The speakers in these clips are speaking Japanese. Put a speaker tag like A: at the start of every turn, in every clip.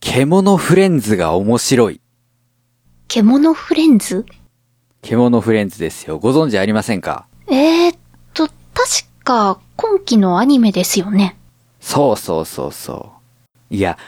A: 獣フレンズが面白い。
B: 獣フレンズ
A: 獣フレンズですよ。ご存知ありませんか
B: えー、っと、確か今期のアニメですよね。
A: そうそうそうそう。いや、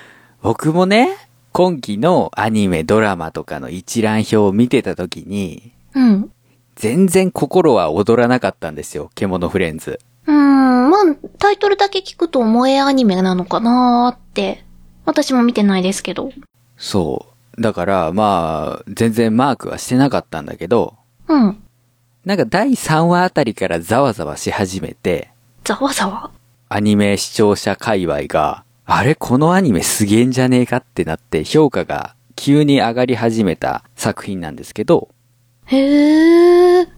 A: 僕もね、今期のアニメ、ドラマとかの一覧表を見てた時に、
B: うん。
A: 全然心は躍らなかったんですよ。獣フレンズ。
B: うーん、まあ、タイトルだけ聞くと萌えアニメなのかなーって。私も見てないですけど。
A: そう。だから、まあ、全然マークはしてなかったんだけど、
B: うん。
A: なんか第3話あたりからざわざわし始めて、
B: ざわざわ。
A: アニメ視聴者界隈が、あれこのアニメすげえんじゃねえかってなって評価が急に上がり始めた作品なんですけど、
B: へー。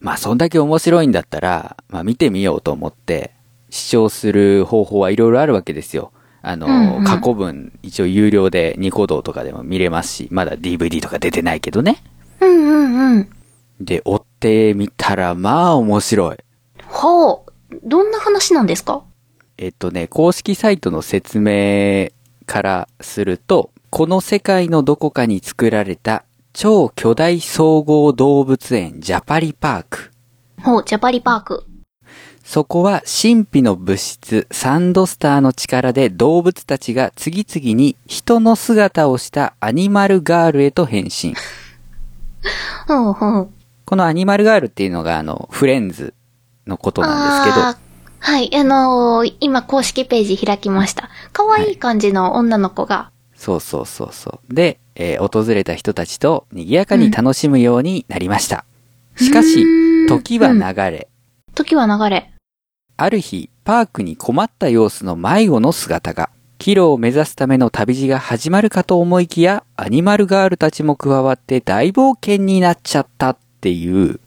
A: まあそんだけ面白いんだったら、まあ見てみようと思って、視聴する方法はいろいろあるわけですよ。あの、
B: うんうん
A: 過去分一応有料でニコ動とかでも見れますし、まだ DVD とか出てないけどね。
B: うんうんうん。
A: で、追ってみたら、まあ面白い。
B: ほう。どんな話なんですか
A: えっとね、公式サイトの説明からすると、この世界のどこかに作られた超巨大総合動物園ジャパリパーク。
B: ほう、ジャパリパーク。
A: そこは神秘の物質サンドスターの力で動物たちが次々に人の姿をしたアニマルガールへと変身。
B: ほうほう。
A: このアニマルガールっていうのがあの、フレンズのことなんですけど、
B: あーはい、あのー今公式ページ開きました。可愛い感じの女の子が。
A: そうそうそうそう。で、えー訪れた人たちと賑やかに楽しむようになりました。しかし
B: う、ーん
A: 時は
B: うん
A: 流れ、
B: 時は流れ。
A: ある日、パークに困った様子の迷子の姿が、キロを目指すための旅路が始まるかと思いきや、アニマルガールたちも加わって大冒険になっちゃったっていう。
B: ん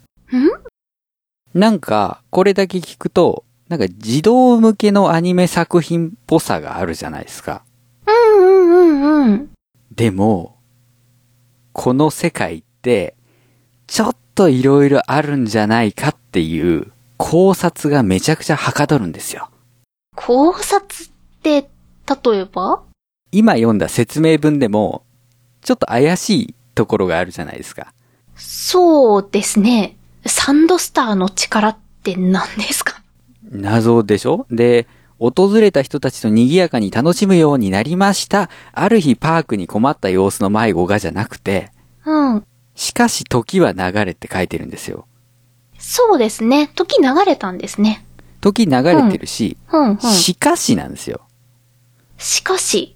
A: なんか、これだけ聞くと、なんか児童向けのアニメ作品っぽさがあるじゃないですか。
B: うんうんうんうん。
A: でも、この世界って、ちょっといろいろあるんじゃないかっていう考察がめちゃくちゃはかどるんですよ。
B: 考察って、例えば
A: 今読んだ説明文でも、ちょっと怪しいところがあるじゃないですか。
B: そうですね。サンドスターの力って何ですか
A: 謎でしょで、訪れた人たちと賑やかに楽しむようになりました。ある日パークに困った様子の迷子がじゃなくて、
B: うん。
A: しかし時は流れって書いてるんですよ。
B: そうですね。時流れたんですね。
A: 時流れてるし、
B: うんうん。
A: しかしなんですよ。
B: しかし、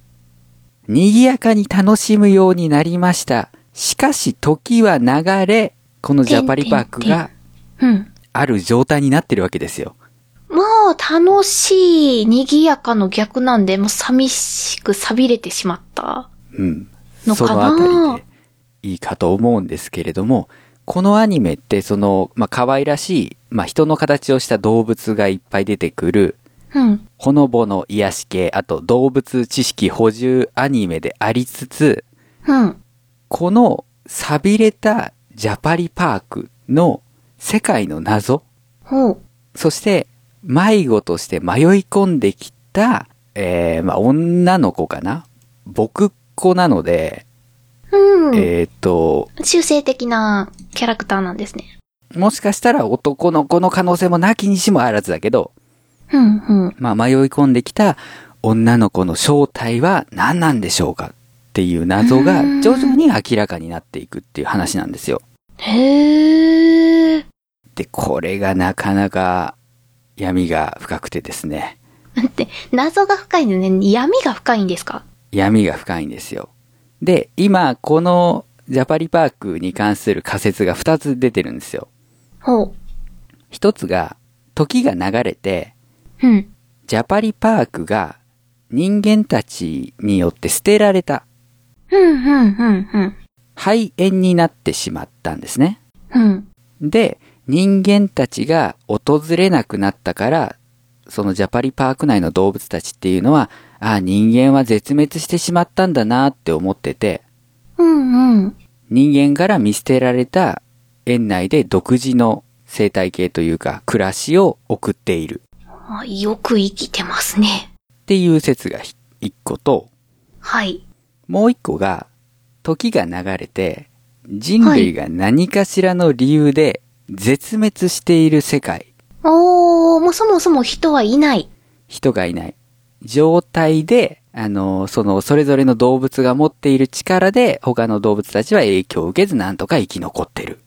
A: 賑やかに楽しむようになりました。しかし時は流れ、このジャパリパーク
B: てんてん
A: が
B: うん。
A: ある状態になってるわけですよ。
B: まあ、楽しい、賑やかの逆なんで、もう寂しく寂れてしまった。
A: うん。
B: の
A: そ
B: か
A: の
B: な
A: あたりでいいかと思うんですけれども、このアニメってその、まあ、可愛らしい、まあ、人の形をした動物がいっぱい出てくる、
B: うん。
A: ほのぼの癒し系、あと動物知識補充アニメでありつつ、
B: うん。
A: この寂れたジャパリパークの世界の謎
B: ほう。
A: そして、迷子として迷い込んできた、えー、まあ、女の子かな僕っ子なので、
B: うん。
A: えーっと、
B: 中性的なキャラクターなんですね。
A: もしかしたら男の子の可能性もなきにしもあらずだけど、
B: うん、うん。
A: まあ、迷い込んできた女の子の正体は何なんでしょうかっていう謎が
B: うん
A: 徐々に明らかになっていくっていう話なんですよ。
B: へー。
A: で、これがなかなか闇が深くてですね、
B: だって、謎が深いのね。闇が深いんですか
A: 闇が深いんですよ。で、今、このジャパリパークに関する仮説が2つ出てるんですよ。
B: ほ
A: 1つが、時が流れて、
B: う。うん。
A: ジャパリパークが人間たちによって捨てられた、
B: うん、うん、うん、うん。
A: 肺炎になってしまったんですね。
B: うん。
A: で、人間たちが訪れなくなったから、そのジャパリパーク内の動物たちっていうのは、ああ、人間は絶滅してしまったんだなって思ってて、
B: うん、うん。
A: 人間から見捨てられた園内で独自の生態系というか暮らしを送っている
B: あよく生きてますね。
A: っていう説が一個と、
B: はい。
A: もう一個が、時が流れて、人類が何かしらの理由で絶滅している世界、
B: おー、もうそもそも人はいない。
A: 人がいない状態で、あの、その、それぞれの動物が持っている力で、他の動物たちは影響を受けずなんとか生き残ってる。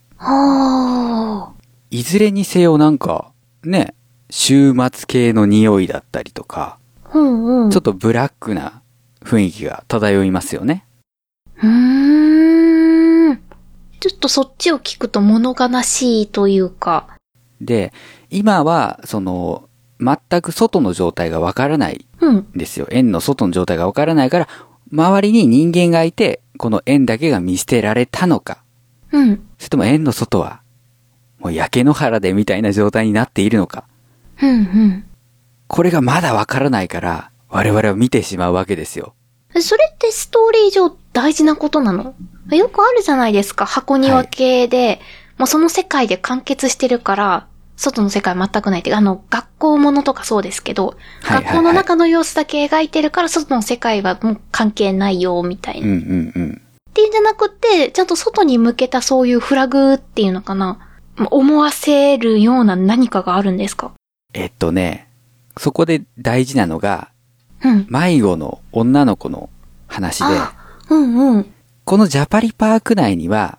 B: はー。
A: いずれにせよなんか、ね、終末系の匂いだったりとか、
B: うんうん。
A: ちょっとブラックな雰囲気が漂いますよね。
B: うーん。ちょっとそっちを聞くと物悲しいというか。
A: で、今は、その、全く外の状態がわからない
B: うん。
A: んですよ。円の外の状態がわからないから、周りに人間がいて、この円だけが見捨てられたのか、
B: うん。
A: それとも円の外は、もう焼け野原でみたいな状態になっているのか、
B: うんうん。
A: これがまだわからないから、我々は見てしまうわけですよ。
B: えそれってストーリー上大事なことなのよくあるじゃないですか。箱庭系で、もうその世界で完結してるから、外の世界全くないって、あの、学校ものとかそうですけど、
A: はいはいはい
B: 学校の中の様子だけ描いてるから、外の世界はもう関係ないよ、みたいな。
A: うんうんうん。
B: っていうんじゃなくって、ちゃんと外に向けたそういうフラグっていうのかな。思わせるような何かがあるんですか
A: えっとね、そこで大事なのが、
B: うん。
A: 迷子の女の子の話で、
B: あ、うんうん。
A: このジャパリパーク内には、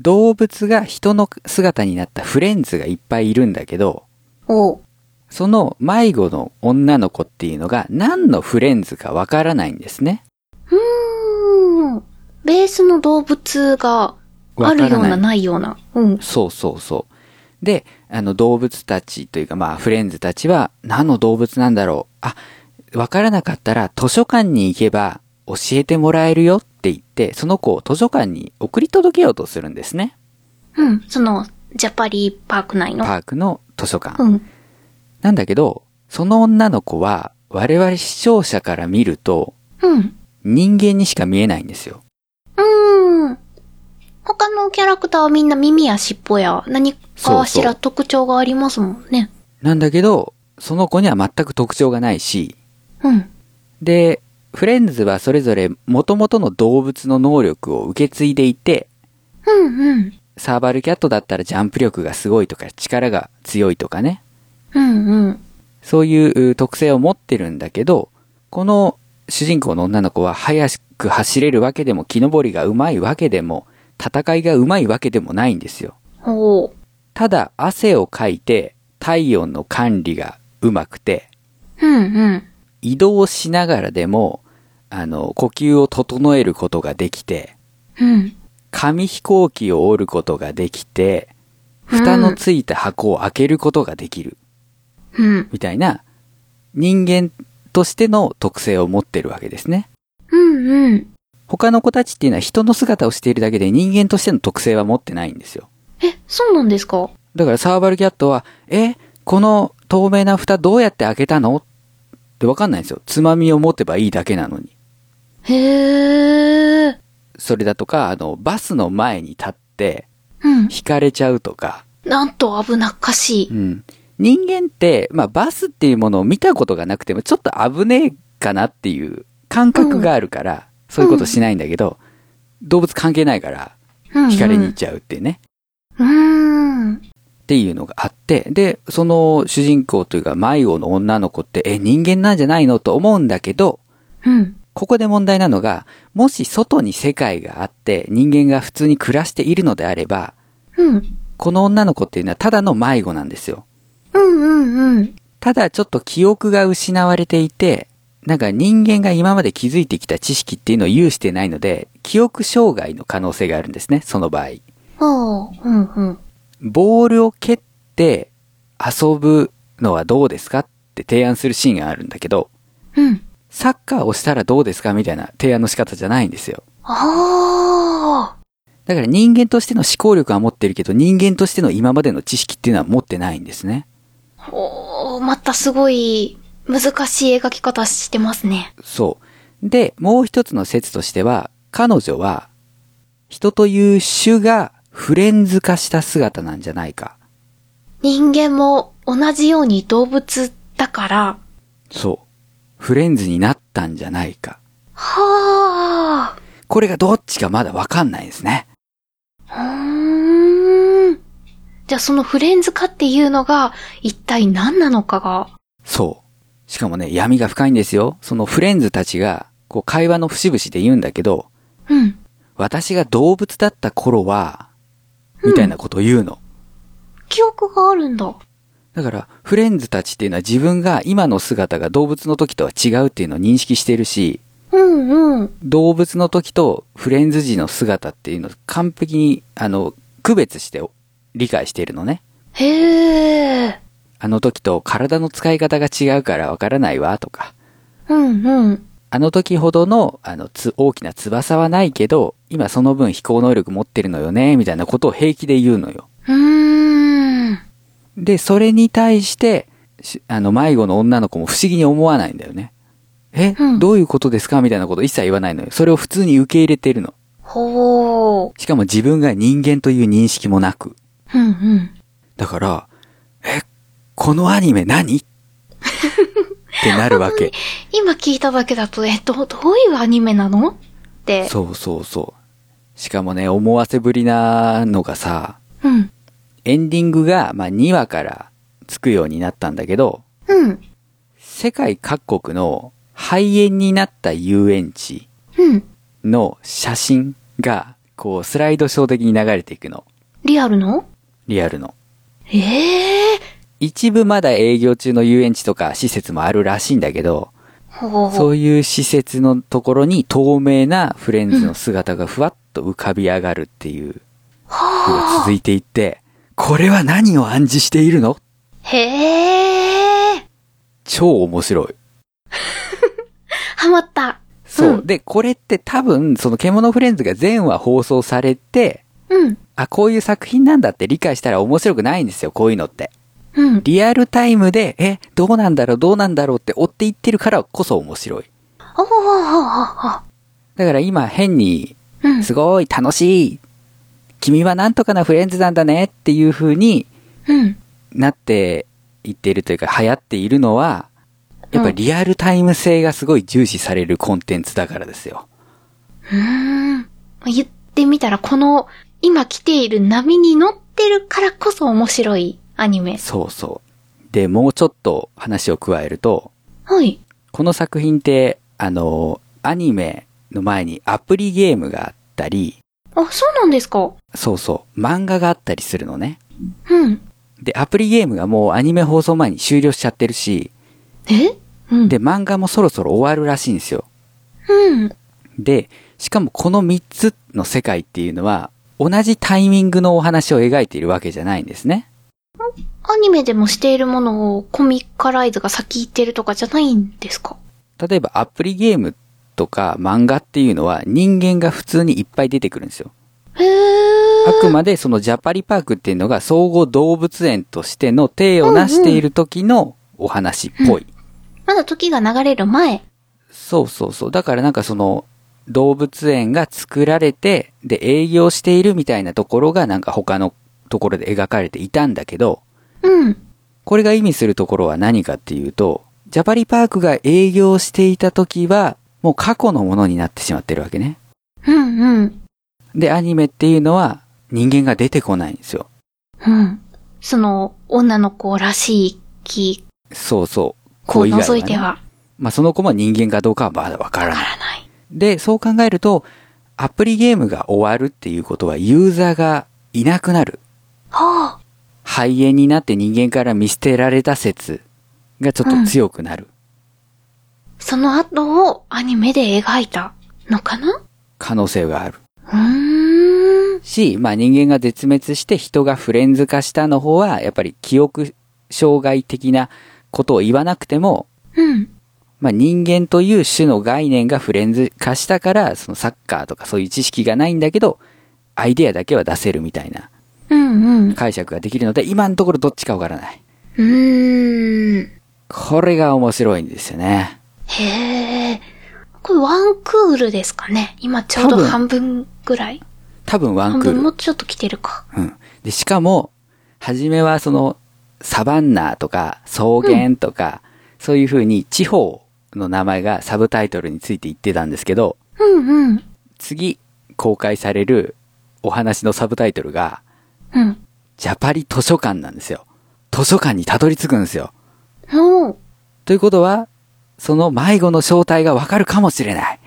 A: 動物が人の姿になったフレンズがいっぱいいるんだけど、
B: おう。
A: その迷子の女の子っていうのが何のフレンズかわからないんですね。
B: うーん。ベースの動物があるよ
A: わ
B: う
A: から
B: な
A: ない
B: ないような。うん。
A: そうそうそう。で、あの動物たちというかまあフレンズたちは何の動物なんだろう。あ、わからなかったら図書館に行けば教えてもらえるよって言って、その子を図書館に送り届けようとするんですね。
B: うん。その、ジャパリーパーク内の。
A: パークの図書館。
B: うん。
A: なんだけど、その女の子は我々視聴者から見ると
B: うん。
A: 人間にしか見えないんですよ。
B: うーん。他のキャラクターはみんな耳や尻尾や何かし
A: そうそ
B: ら
A: う
B: 特徴がありますもんね。
A: なんだけど、その子には全く特徴がないし、
B: うん。
A: で、フレンズはそれぞれ元々の動物の能力を受け継いでいて、
B: うんうん。
A: サーバルキャットだったらジャンプ力がすごいとか力が強いとかね、
B: うんうん。
A: そういうう特性を持ってるんだけど、この主人公の女の子は速く走れるわけでも木登りがうまいわけでも、戦いがうまいわけでもないんですよ。
B: おう。
A: ただ汗をかいて体温の管理がうまくて、
B: うんうん。
A: 移動しながらでも、あの、呼吸を整えることができて、
B: うん。
A: 紙飛行機を折ることができて、
B: うん
A: 蓋のついた箱を開けることができる、
B: うん。
A: みたいな、人間としての特性を持ってるわけですね。
B: うんうん。
A: 他の子たちっていうのは人の姿をしているだけで人間としての特性は持ってないんですよ。
B: え、そうなんですか
A: だからサーバルキャットは、え、この透明な蓋どうやって開けたのってわかんないんですよ。つまみを持てばいいだけなのに。
B: へえ。
A: それだとか、あの、バスの前に立って、
B: うん。
A: 引かれちゃうとか、
B: なんと危なっかし
A: う
B: い。
A: ん。人間って、まあ、バスっていうものを見たことがなくても、ちょっと危ねえかなっていう感覚があるから、そういうことしないんだけど、動物関係ないから、
B: うんうん
A: 引かれに行っちゃうっていうね。
B: うーん。
A: っていうのがあって、で、その主人公というか迷子の女の子って、え、人間なんじゃないのと思うんだけど、
B: うん。
A: ここで問題なのが、もし外に世界があって人間が普通に暮らしているのであれば、
B: うん。
A: この女の子っていうのはただの迷子なんですよ。
B: うんうんうん。
A: ただちょっと記憶が失われていて、なんか人間が今まで築いてきた知識っていうのを有してないので、記憶障害の可能性があるんですね、その場合。
B: はあ。うんうん。
A: ボールを蹴って遊ぶのはどうですかって提案するシーンがあるんだけど、
B: うん。
A: サッカーをしたらどうですかみたいな提案の仕方じゃないんですよ。
B: ああ。
A: だから人間としての思考力は持ってるけど、人間としての今までの知識っていうのは持ってないんですね。
B: おー、またすごい難しい描き方してますね。
A: そう。で、もう一つの説としては、彼女は、人という種がフレンズ化した姿なんじゃないか。
B: 人間も同じように動物だから。
A: そう。フレンズになったんじゃないか。
B: はあ。
A: これがどっちかまだわかんないですね。
B: うーん。じゃあそのフレンズ化っていうのが一体何なのかが。
A: そう。しかもね、闇が深いんですよ。そのフレンズたちが、こう会話の節々で言うんだけど、
B: うん。
A: 私が動物だった頃は、みたいなことを言うの。
B: 記憶があるんだ。
A: だから、フレンズたちっていうのは自分が今の姿が動物の時とは違うっていうのを認識してるし、
B: うんうん。
A: 動物の時とフレンズ時の姿っていうのを完璧に、あの、区別して理解しているのね。
B: へえ。
A: あの時と体の使い方が違うからわからないわとか、
B: うんうん。
A: あの時ほどの、あの、つ、大きな翼はないけど、今その分飛行能力持ってるのよね、みたいなことを平気で言うのよ。
B: うーん。
A: で、それに対して、しあの、迷子の女の子も不思議に思わないんだよね。え、
B: うん
A: どういうことですかみたいなこと一切言わないのよ。それを普通に受け入れてるの。
B: ほう。
A: しかも自分が人間という認識もなく。
B: うんうん。
A: だから、え、このアニメ何ってなるわけ。
B: 今聞いただけだと、え、ど、どういうアニメなのって。
A: そうそうそう。しかもね、思わせぶりなのがさ、
B: うん。
A: エンディングが、まあ、2話からつくようになったんだけど、
B: うん。
A: 世界各国の肺炎になった遊園地
B: うん。
A: の写真が、こう、スライドショー的に流れていくの。
B: リアルの
A: リアルの。
B: ええ
A: 一部まだ営業中の遊園地とか施設もあるらしいんだけど、
B: ほう。
A: そういう施設のところに透明なフレンズの姿がふわっと浮かび上がるっていうのが
B: はあ。
A: 続いていって、これは何を暗示しているの
B: へえ。
A: 超面白い。
B: ハマった。
A: そう。
B: うん
A: で、これって多分、その獣フレンズが全話放送されて、
B: うん。
A: あ、こういう作品なんだって理解したら面白くないんですよ、こういうのって。
B: うん。
A: リアルタイムで、え、どうなんだろう、どうなんだろうって追っていってるからこそ面白い。
B: おおお
A: だから今変に、
B: うん。
A: すごい楽しい、君はなんとかなフレンズなんだねっていう風に
B: うん。
A: なっていっているというか流行っているのは、やっぱリアルタイム性がすごい重視されるコンテンツだからですよ。
B: うーん。言ってみたら、この、今来ている波に乗ってるからこそ面白いアニメ。
A: そうそう。で、もうちょっと話を加えると、
B: はい。
A: この作品って、あの、アニメの前にアプリゲームがあったり、
B: あ、そうなんですか。
A: そうそう、漫画があったりするのね。
B: うん。
A: で、アプリゲームがもうアニメ放送前に終了しちゃってるし、
B: えうん。
A: で、漫画もそろそろ終わるらしいんですよ。
B: うん。
A: で、しかもこの3つの世界っていうのは、同じタイミングのお話を描いているわけじゃないんですね。
B: アニメでもしているものをコミカライズが先行ってるとかじゃないんですか
A: 例えばアプリゲームとか漫画っていうのは人間が普通にいっぱい出てくるんですよ。
B: へえ。
A: あくまでそのジャパリパークっていうのが総合動物園としての体を成している時のお話っぽい。
B: まだ時が流れる前。
A: そうそうそう。だからなんかその動物園が作られて、で営業しているみたいなところがなんか他のところで描かれていたんだけど、
B: うん。
A: これが意味するところは何かっていうと、ジャパリパークが営業していた時はもう過去のものになってしまってるわけね。
B: うんうん。
A: で、アニメっていうのは人間が出てこないんですよ。
B: うん。その、女の子らしい気
A: そうそう。
B: こう
A: 以外はね
B: 覗いては
A: まあ、その子も人間かどうかはまだわから
B: わか
A: ない。
B: らない。
A: で、そう考えると、アプリゲームが終わるっていうことはユーザーがいなくなる。
B: はあ。
A: 肺炎になって人間から見捨てられた説がちょっと強くなる。
B: その後をアニメで描いたのかな
A: 可能性がある。
B: うーん。
A: し、まあ、人間が絶滅して人がフレンズ化したの方は、やっぱり記憶障害的なことを言わなくても、
B: うん。
A: まあ、人間という種の概念がフレンズ化したから、そのサッカーとかそういう知識がないんだけど、アイデアだけは出せるみたいな
B: うんうん。う
A: 解釈ができるので、今のところどっちかわからない。
B: ーん。
A: これが面白いんですよね。
B: へえ。これワンクールですかね今ちょう
A: 多
B: ど
A: 分
B: 半分ぐらい
A: 多分ワン
B: 半
A: クー
B: 分も
A: ル。
B: うちょっと来てるか。
A: うん。で、しかも、初めはその、サバンナとか、草原とか、そういう風に地方の名前がサブタイトルについて言ってたんですけど、
B: うんうん。
A: 次公開されるお話のサブタイトルが、
B: うん。
A: ジャパリ図書館なんですよ。図書館にたどり着くんですよ。
B: おー。
A: ということは、その迷子の正体がわかるかもしれない。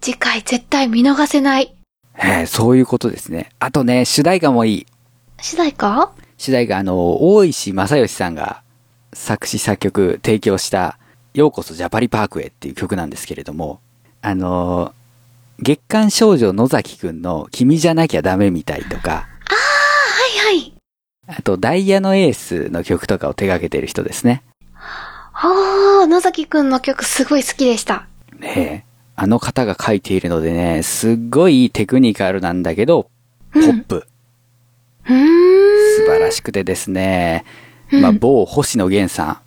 B: 次回絶対見逃せない。
A: えーそういうことですね。あとね、主題歌もいい。
B: 主題歌
A: 主題歌、あの、大石正義さんが作詞作曲提供した、ようこそジャパリパークへっていう曲なんですけれども、あの、月刊少女野崎くんの君じゃなきゃダメみたいとか、
B: はいはい。
A: あとダイヤのエースの曲とかを手掛けてる人ですね。
B: あー、野崎くんの曲すごい好きでした。
A: ねえ。あの方が書いているのでね、すっごいテクニカルなんだけど、ポップ。
B: うーん。
A: 素晴らしくてですね。
B: うん
A: まあ、某星野源さん。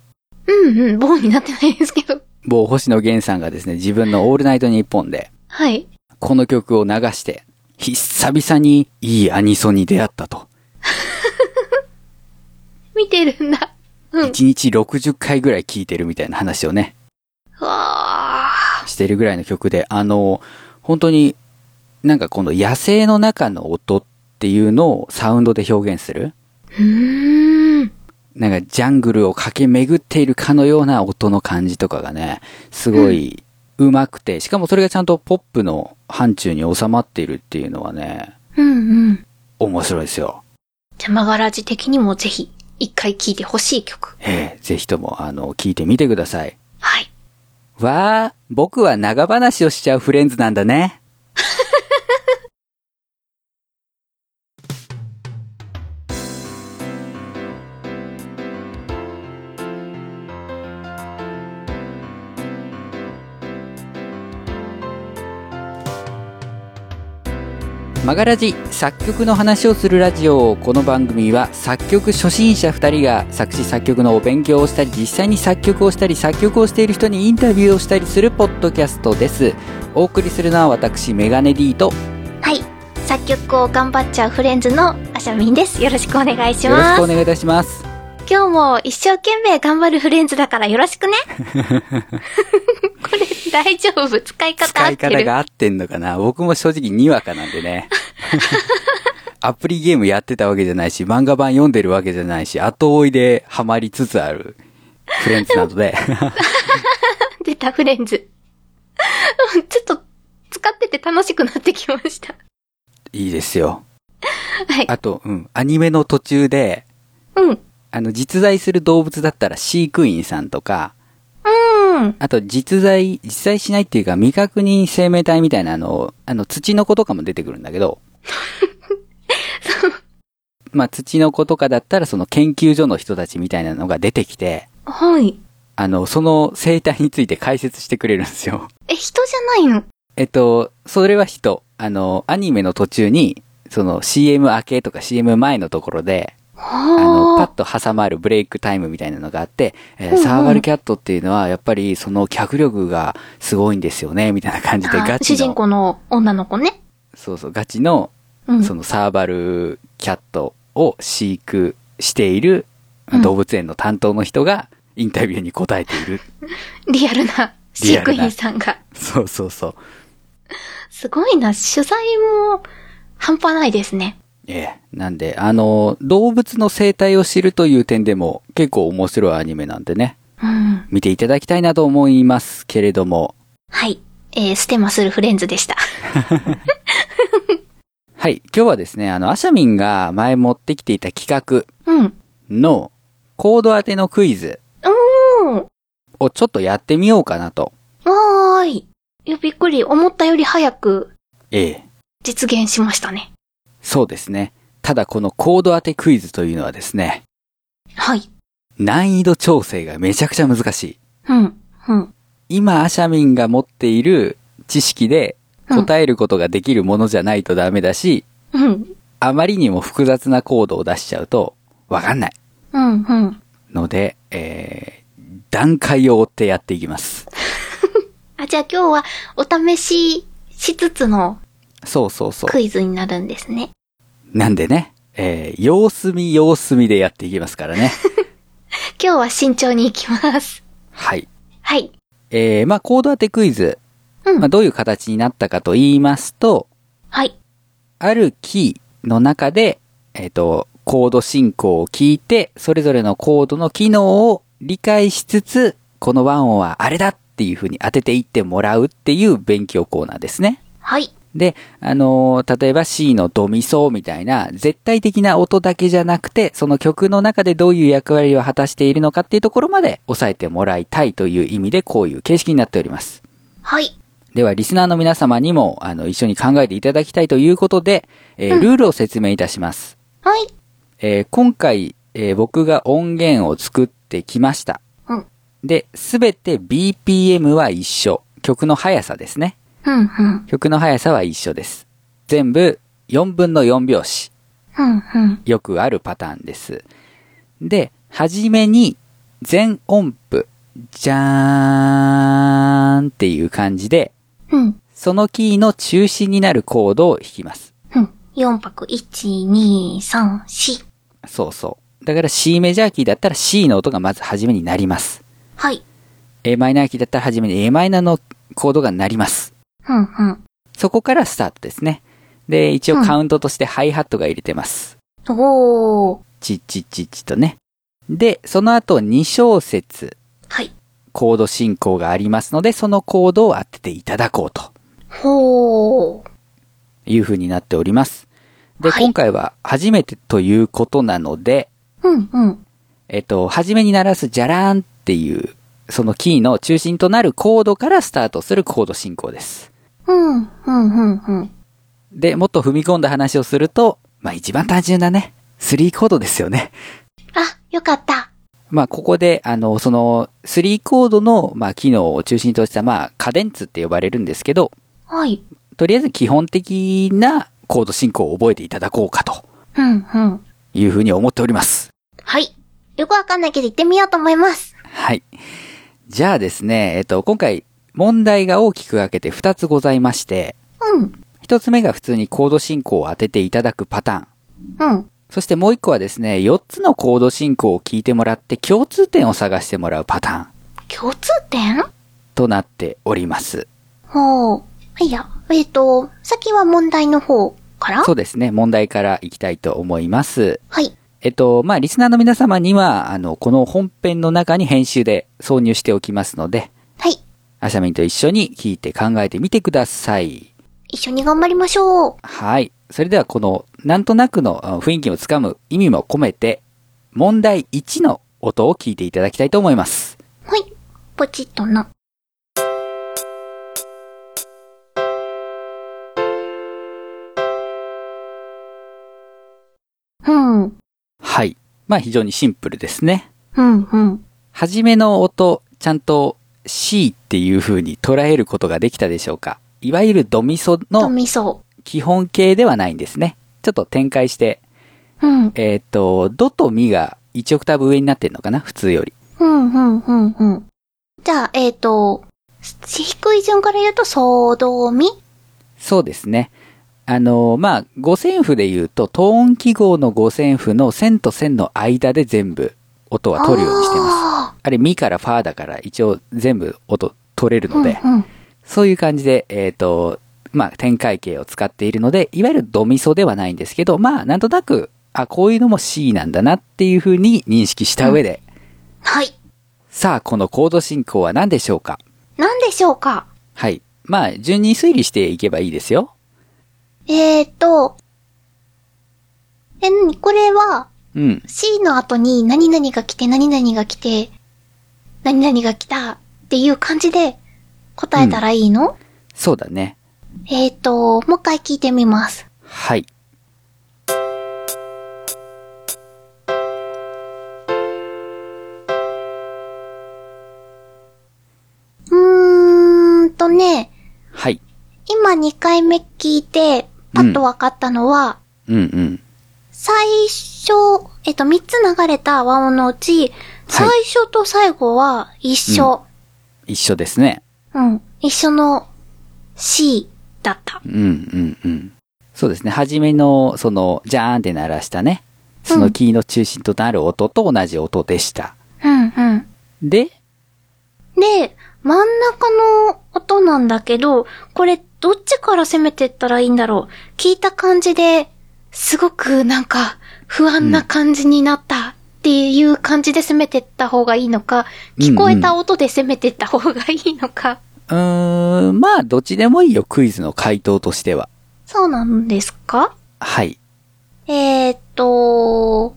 B: うんうん、棒になってないですけど。
A: 某星野源さんがですね、自分のオールナイトニッポンで、
B: はい。
A: この曲を流して、久々にいいアニソンに出会ったと。
B: 見てるんだ。うん。
A: 1日60回ぐらい聴いてるみたいな話をね、
B: わー。
A: してるぐらいの曲で、あの、本当に、なんかこの野生の中の音っていうのをサウンドで表現する。
B: うーん。
A: なんかジャングルを駆け巡っているかのような音の感じとかがね、すごい上手くて、しかもそれがちゃんとポップの範疇に収まっているっていうのはね、
B: うんうん。
A: 面白いですよ。
B: じゃ、マガラジ的にもぜひ、一回聴いてほしい曲。
A: ええぜひとも、あの、聞いてみてください。
B: はい。
A: わあ、僕は長話をしちゃうフレンズなんだね。マガラジ作曲の話をするラジオこの番組は作曲初心者2人が作詞作曲のお勉強をしたり実際に作曲をしたり作曲をしている人にインタビューをしたりするポッドキャストですお送りするのは私メガネ D と
B: はい。作曲を頑張っちゃうフレンズのあしゃみんです。よろしくお願いし
A: よろし
B: ま
A: く
B: す
A: お。願いいたします
B: 今日も一生懸命頑張るフレンズだからよろ しくね。これ大丈夫使い方
A: 使
B: 合っ
A: い
B: て
A: 方
B: る。
A: が合ってんのかな僕も正直にわかなんでねアプリゲームやってたわけじゃないし漫画版読んでるわけじゃないし後追いでハマりつつあるフレンズなので
B: 出たフレンズ。 うんちょっと使ってて楽しくなってきました。
A: いいですよ
B: はい。
A: あと、うん、アニメの途中で、
B: うん。うん。
A: あの、実在する動物だったら飼育員さんとか、
B: あ
A: あと実在、実在しないっていうか未確認生命体みたいなあの、あの、土の子とかも出てくるんだけど、まあ、土の子とかだったらその研究所の人たちみたいなのが出てきて、
B: はい。
A: あの、その生態について解説してくれるんですよ。
B: え、人じゃないの
A: えっと、それは人。あの、アニメの途中に、その CM 明けとか CM 前のところで、あの、パ
B: は
A: ッと挟まるブレイクタイムみたいなのがあって、えー
B: うんうん
A: サーバルキャットっていうのは、やっぱりその脚力がすごいんですよね、みたいな感じで
B: あ
A: ガ
B: あ。主
A: チ
B: 人
A: の、
B: 公の女の子ね。
A: そうそう、ガチの、
B: うん。
A: そのサーバルキャットを飼育している
B: うん
A: 動物園の担当の人がインタビューに答えて いる。
B: リアルな飼育員さんが。
A: そうそうそう。
B: すごいな。取材も半端ないですね。
A: ええ。なんで、あの、動物の生態を知るという点でも結構面白いアニメなんでね、
B: うん。
A: 見ていただきたいなと思いますけれども、
B: はい。えー、ステマするフレンズでした。
A: はい。今日はですね、あの、アシャミンが前持ってきていた企画
B: うん。
A: のコード当てのクイズ
B: おー。
A: をちょっとやってみようかなと。
B: わーい。いや、びっくり。思ったより早く
A: ええ。
B: 実現しましたね。
A: そうですね。ただこのコード当てクイズというのはですね、
B: はい。
A: 難易度調整がめちゃくちゃ難しい。
B: うん。うん。
A: 今、アシャミンが持っている知識で
B: うん
A: 答えることができるものじゃないとダメだし、
B: うん。
A: あまりにも複雑なコードを出しちゃうとわかんない。
B: うん。うん。
A: ので、えー、段階を追ってやっていきます。
B: あ、じゃあ今日はお試ししつつの
A: そうそうそう。
B: クイズになるんですね。
A: なんでね、えー、様子見様子見でやっていきますから ね。
B: 今日は慎重に行きます。
A: はい。
B: はい。
A: えー、まあ、コード当てクイズ。
B: うん
A: まあ、どういう形になったかと言いますと、
B: はい。
A: あるキーの中で、えっ、と、コード進行を聞いて、それぞれのコードの機能を理解しつつ、この和音はあれだっていう風に当てていってもらうっていう勉強コーナーですね。
B: はい。
A: で、あのー例えば C のドミソみたいな、絶対的な音だけじゃなくて、その曲の中でどういう役割を果たしているのかっていうところまで押さえてもらいたいという意味で、こういう形式になっております。
B: はい。
A: では、リスナーの皆様にも、あの、一緒に考えていただきたいということで、えールールを説明いたします。
B: はい。
A: えー今回、えー僕が音源を作ってきました。
B: うん。
A: で、すべて BPM は一緒。曲の速さですね。
B: うん、うん。
A: 曲の速さは一緒です。全部4分の4拍子。
B: うん、うん。
A: よくあるパターンです。で、はじめに全音符、じゃーんっていう感じで、
B: うん。
A: そのキーの中心になるコードを弾きます。
B: うん。4拍、1、2、3、4。
A: そうそう。だから C メジャーキーだったら C の音がまずはじめになります。
B: はい。
A: a マイナーキーだったらはじめに a マイナーのコードが鳴ります。
B: うん、うん。
A: そこからスタートですね。で、一応
B: うん
A: カウントとしてハイハットが入れてます。
B: おー。
A: チッチッチッチとね。で、その後2小節
B: はい。
A: コード進行がありますので、そのコードを当てていただこうと
B: ほー。
A: いう風になっております。で、
B: はい
A: 今回は初めてということなので、
B: うん、うん。
A: えっと、初めに鳴らすジャラーンっていう、そのキーの中心となるコードからスタートするコード進行です。
B: うん、うん、うん、うん。
A: で、もっと踏み込んだ話をすると、まあ一番単純なね、3コードですよね。
B: あ、よかった。
A: まあ、ここで、あの、その、3コードの、まあ、機能を中心とした、まあ、カデンツって呼ばれるんですけど、
B: はい。
A: とりあえず基本的なコード進行を覚えていただこうかと
B: うん、うん。
A: いうふうに思っております。
B: はい。よくわかんないけど行ってみようと思います。
A: はい。じゃあですね、えっと、今回、問題が大きく分けて2つございまして、
B: うん、
A: 1つ目が普通にコード進行を当てていただくパターン。
B: うん。
A: そしてもう1個はですね、4つのコード進行を聞いてもらって共通点を探してもらうパターン
B: 共通点
A: となっております。
B: ほう。はいや、えっ、と、先は問題の方から
A: そうですね、問題からいきたいと思います。
B: はい。
A: えっと、まあ、リスナーの皆様には、あの、この本編の中に編集で挿入しておきますので、
B: はい。
A: アシャミンと一緒に聞いて考えてみてください。
B: 一緒に頑張りましょう。
A: はい。それではこの、なんとなくのあ雰囲気をつかむ意味も込めて、問題1の音を聞いていただきたいと思います。
B: はい。ポチッとな。うん、うん、
A: はい。まあ、非常にシンプルですね。
B: うん。
A: はじめの音、ちゃんと C っていう風に捉えることができたでしょうかいわゆるドミソ
B: と
A: の
B: みそ。
A: 基本形ではないんですね。ちょっと展開して、
B: うん、
A: えーっ、と、ドとミが1オクターブ上になってるのかな普通より。
B: うん、うん、うん、うん。じゃあ、えっ、と、低い順から言うと、ソドミ
A: そうですね。あのーまあ、五線譜で言うと、トーン記号の五線譜の線と線の間で全部音は取るようにしてます。あ
B: あ
A: れ、ミからファーだから一応全部音取れる
B: ー
A: ので、
B: うん、うん。
A: そういう感じで、えーっ、と、まあ、展開形を使っているので、いわゆるドミソではないんですけど、まあ、なんとなく、あ、こういうのも C なんだなっていうふうに認識した上で、
B: はい。
A: さあ、このコード進行は何でしょうか
B: なんでしょうか
A: はい。まあ、順に推理していけばいいですよ。
B: えーと、え、何これは、
A: うん。
B: C の後に何々が来て、何々が来て、何々が来たっていう感じで答えたらいいの、
A: そうだね。
B: えーと、もう一回聞いてみます。
A: はい。
B: うーんとね、
A: はい。
B: 今2回目聞いて、パッと分かったのは、
A: うんうん。
B: 最初、えっと、3つ流れた和音のうち、最初と最後は一緒。
A: 一緒ですね。
B: うん。一緒の C だった。
A: うんうんうん。そうですね。初めの、その、ジャーンって鳴らしたね。そのキーの中心となる音と同じ音でした。
B: うんうん。
A: で、
B: で、真ん中の音なんだけど、これどっちから攻めてったらいいんだろう。聞いた感じで、すごくなんか不安な感じになったっていう感じで攻めてった方がいいのか、
A: うんうん
B: 聞こえた音で攻めてった方がいいのか。
A: うーん、まあ、どっちでもいいよ、クイズの回答としては。
B: そうなんですか
A: はい。
B: えーっと、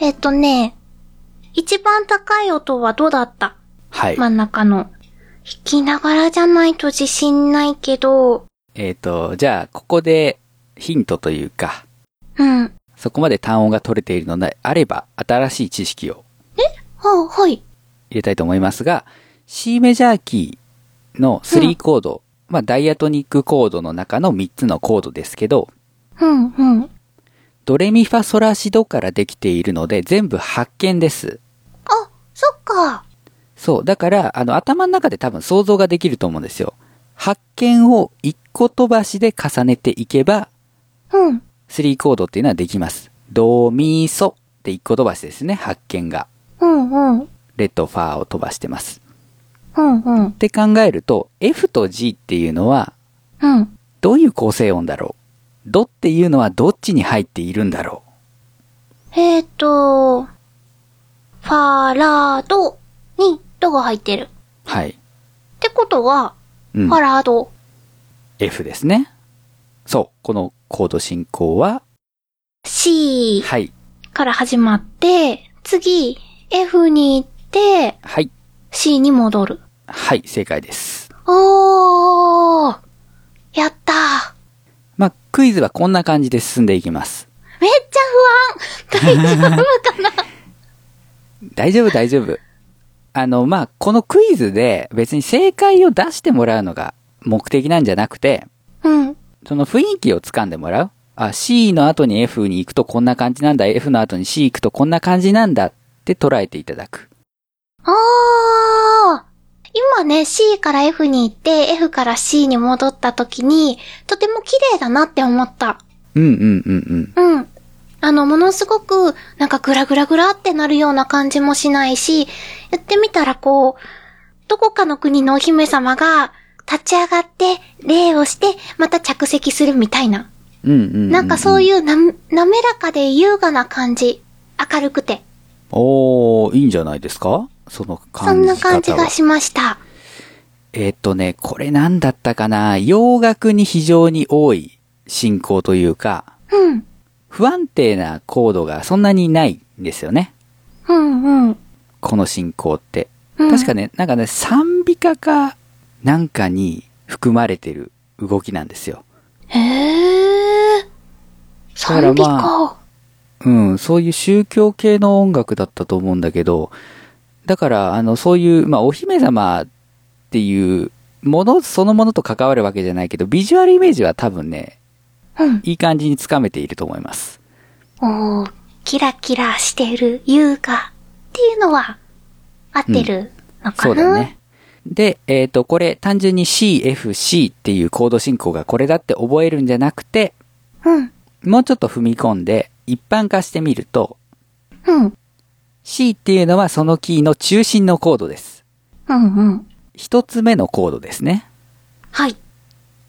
B: えーっとね、一番高い音はどうだった
A: はい。
B: 真ん中の。弾きながらじゃないと自信ないけど、
A: えっ、と、じゃあ、ここでヒントというか、
B: うん。あ、
A: そこまで単音が取れているのであれば、新しい知識を
B: はい。
A: 入れたいと思いますが、C メジャーキーの3コード、まあ、ダイアトニックコードの中の3つのコードですけど、
B: うん、うん。
A: ドレミファソラシドからできているので、全部発見です。
B: あ、そっか。
A: そう。だから、あの、頭の中で多分想像ができると思うんですよ。発見を1個飛ばしで重ねていけば、
B: うん。
A: 3コードっていうのはできます。ドミソって1個飛ばしですね、発見が。
B: うん、うん。
A: レとファーを飛ばしてます。
B: うん、うん
A: っ。て考えると、F と G っていうのは、
B: うん。
A: どういう構成音だろうドっていうのはどっちに入っているんだろ
B: えーと、ファラドにドが入ってる。
A: うはい。
B: ってことは、
A: うん
B: ファ。ラド。
A: F ですね。そう。このコード進行は、
B: C
A: はい。
B: から始まって、次、F に行って、
A: はい。
B: C に戻る。
A: はい。正解です。
B: おーやったー
A: まあ、クイズはこんな感じで進んでいきます。
B: めっち ゃ不安大丈夫かな
A: 大 丈夫、大丈夫。あの、まあ、このクイズで別に正解を出してもらうのが目的なんじゃなくて、
B: うん。
A: その雰囲気をつかんでもらう。あ、C の後に F に行くとこんな感じなんだ、F の後に C 行くとこんな感じなんだって捉えていただく。
B: あー今ね、C から F に行って、F から C に戻った時に、とても綺麗だなって思った。
A: うんうんうんうん。
B: うん。あの、ものすごく、なんかグラグラグラってなるような感じもしないし、やってみたらこう、どこかの国のお姫様が、立ち上がって、礼をして、また着席するみたいな。
A: うんうんうん、
B: なんかそう
A: う
B: い
A: ん。
B: うな、滑らかで優雅な感じ。明るくて。
A: おー、いいんじゃないですかその
B: そ
A: 感
B: ん
A: じ
B: な
A: 方は。
B: 感じがしました。
A: えっとね、これなんだったかな洋楽に非常に多い進行というか、
B: うん。
A: 不安定なコードがそんなにないんですよね。
B: うんうん。
A: この進行って。
B: うん
A: 確かね、なんかね、賛美歌かなんかに含まれてる動きなんですよ。
B: へえ。ー。
A: らまあ
B: 賛美か。
A: うん、そういう宗教系の音楽だったと思うんだけど、だから、あの、そういう、まあ、お姫様っていうものそのものと関わるわけじゃないけど、ビジュアルイメージは多分ね、
B: うん。
A: いい感じにつかめていると思います。
B: おー、キラキラしてる優雅っていうのは合ってるのか
A: そ
B: な、
A: うだ。ね。で、えっ、と、これ、単純に CFC っていうコード進行がこれだって覚えるんじゃなくて、
B: うん。
A: もうちょっと踏み込んで、一般化してみると、
B: うん。
A: C っていうのはそのキーの中心のコードです。
B: うんうん。
A: 一つ目のコードですね。
B: はい。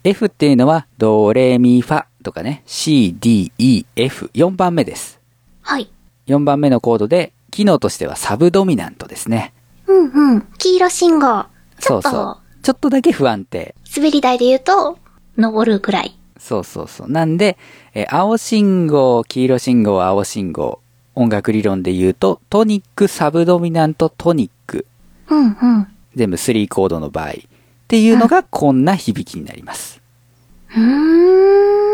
A: F っていうのは、ドレミファとかね、C、D、E、F、4番目です。
B: はい。
A: 4番目のコードで、機能としてはサブドミナントですね。
B: うんうん。黄色信号。ち
A: そ
B: ょっ
A: うそう
B: と、。
A: ちょっとだけ不安定。
B: 滑り台で言うと、登るぐらい。
A: そうそうそう。なんで、えー青信号、黄色信号、青信号。音楽理論で言うと、トニック、サブドミナント、トニック。
B: うんうん。
A: 全部3コードの場合。っていうのが、こんな響きになります。
B: うーん。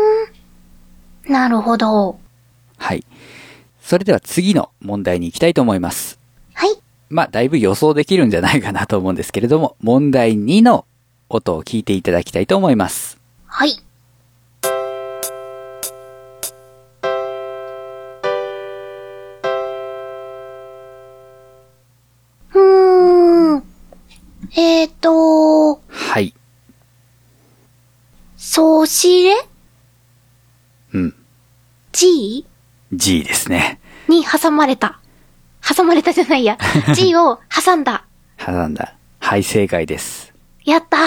B: なるほど。
A: はい。それでは次の問題に行きたいと思います。
B: はい。
A: まあ、だいぶ予想できるんじゃないかなと思うんですけれども、問題2の音を聞いていただきたいと思います。
B: はい。うーん。えっ、ー、と、
A: はい。
B: ソシレ
A: うん。
B: G?
A: G ですね。
B: に挟まれた。挟まれたじゃない や。G を挟んだ。
A: 挟んだ。はい、正解です。
B: やったー。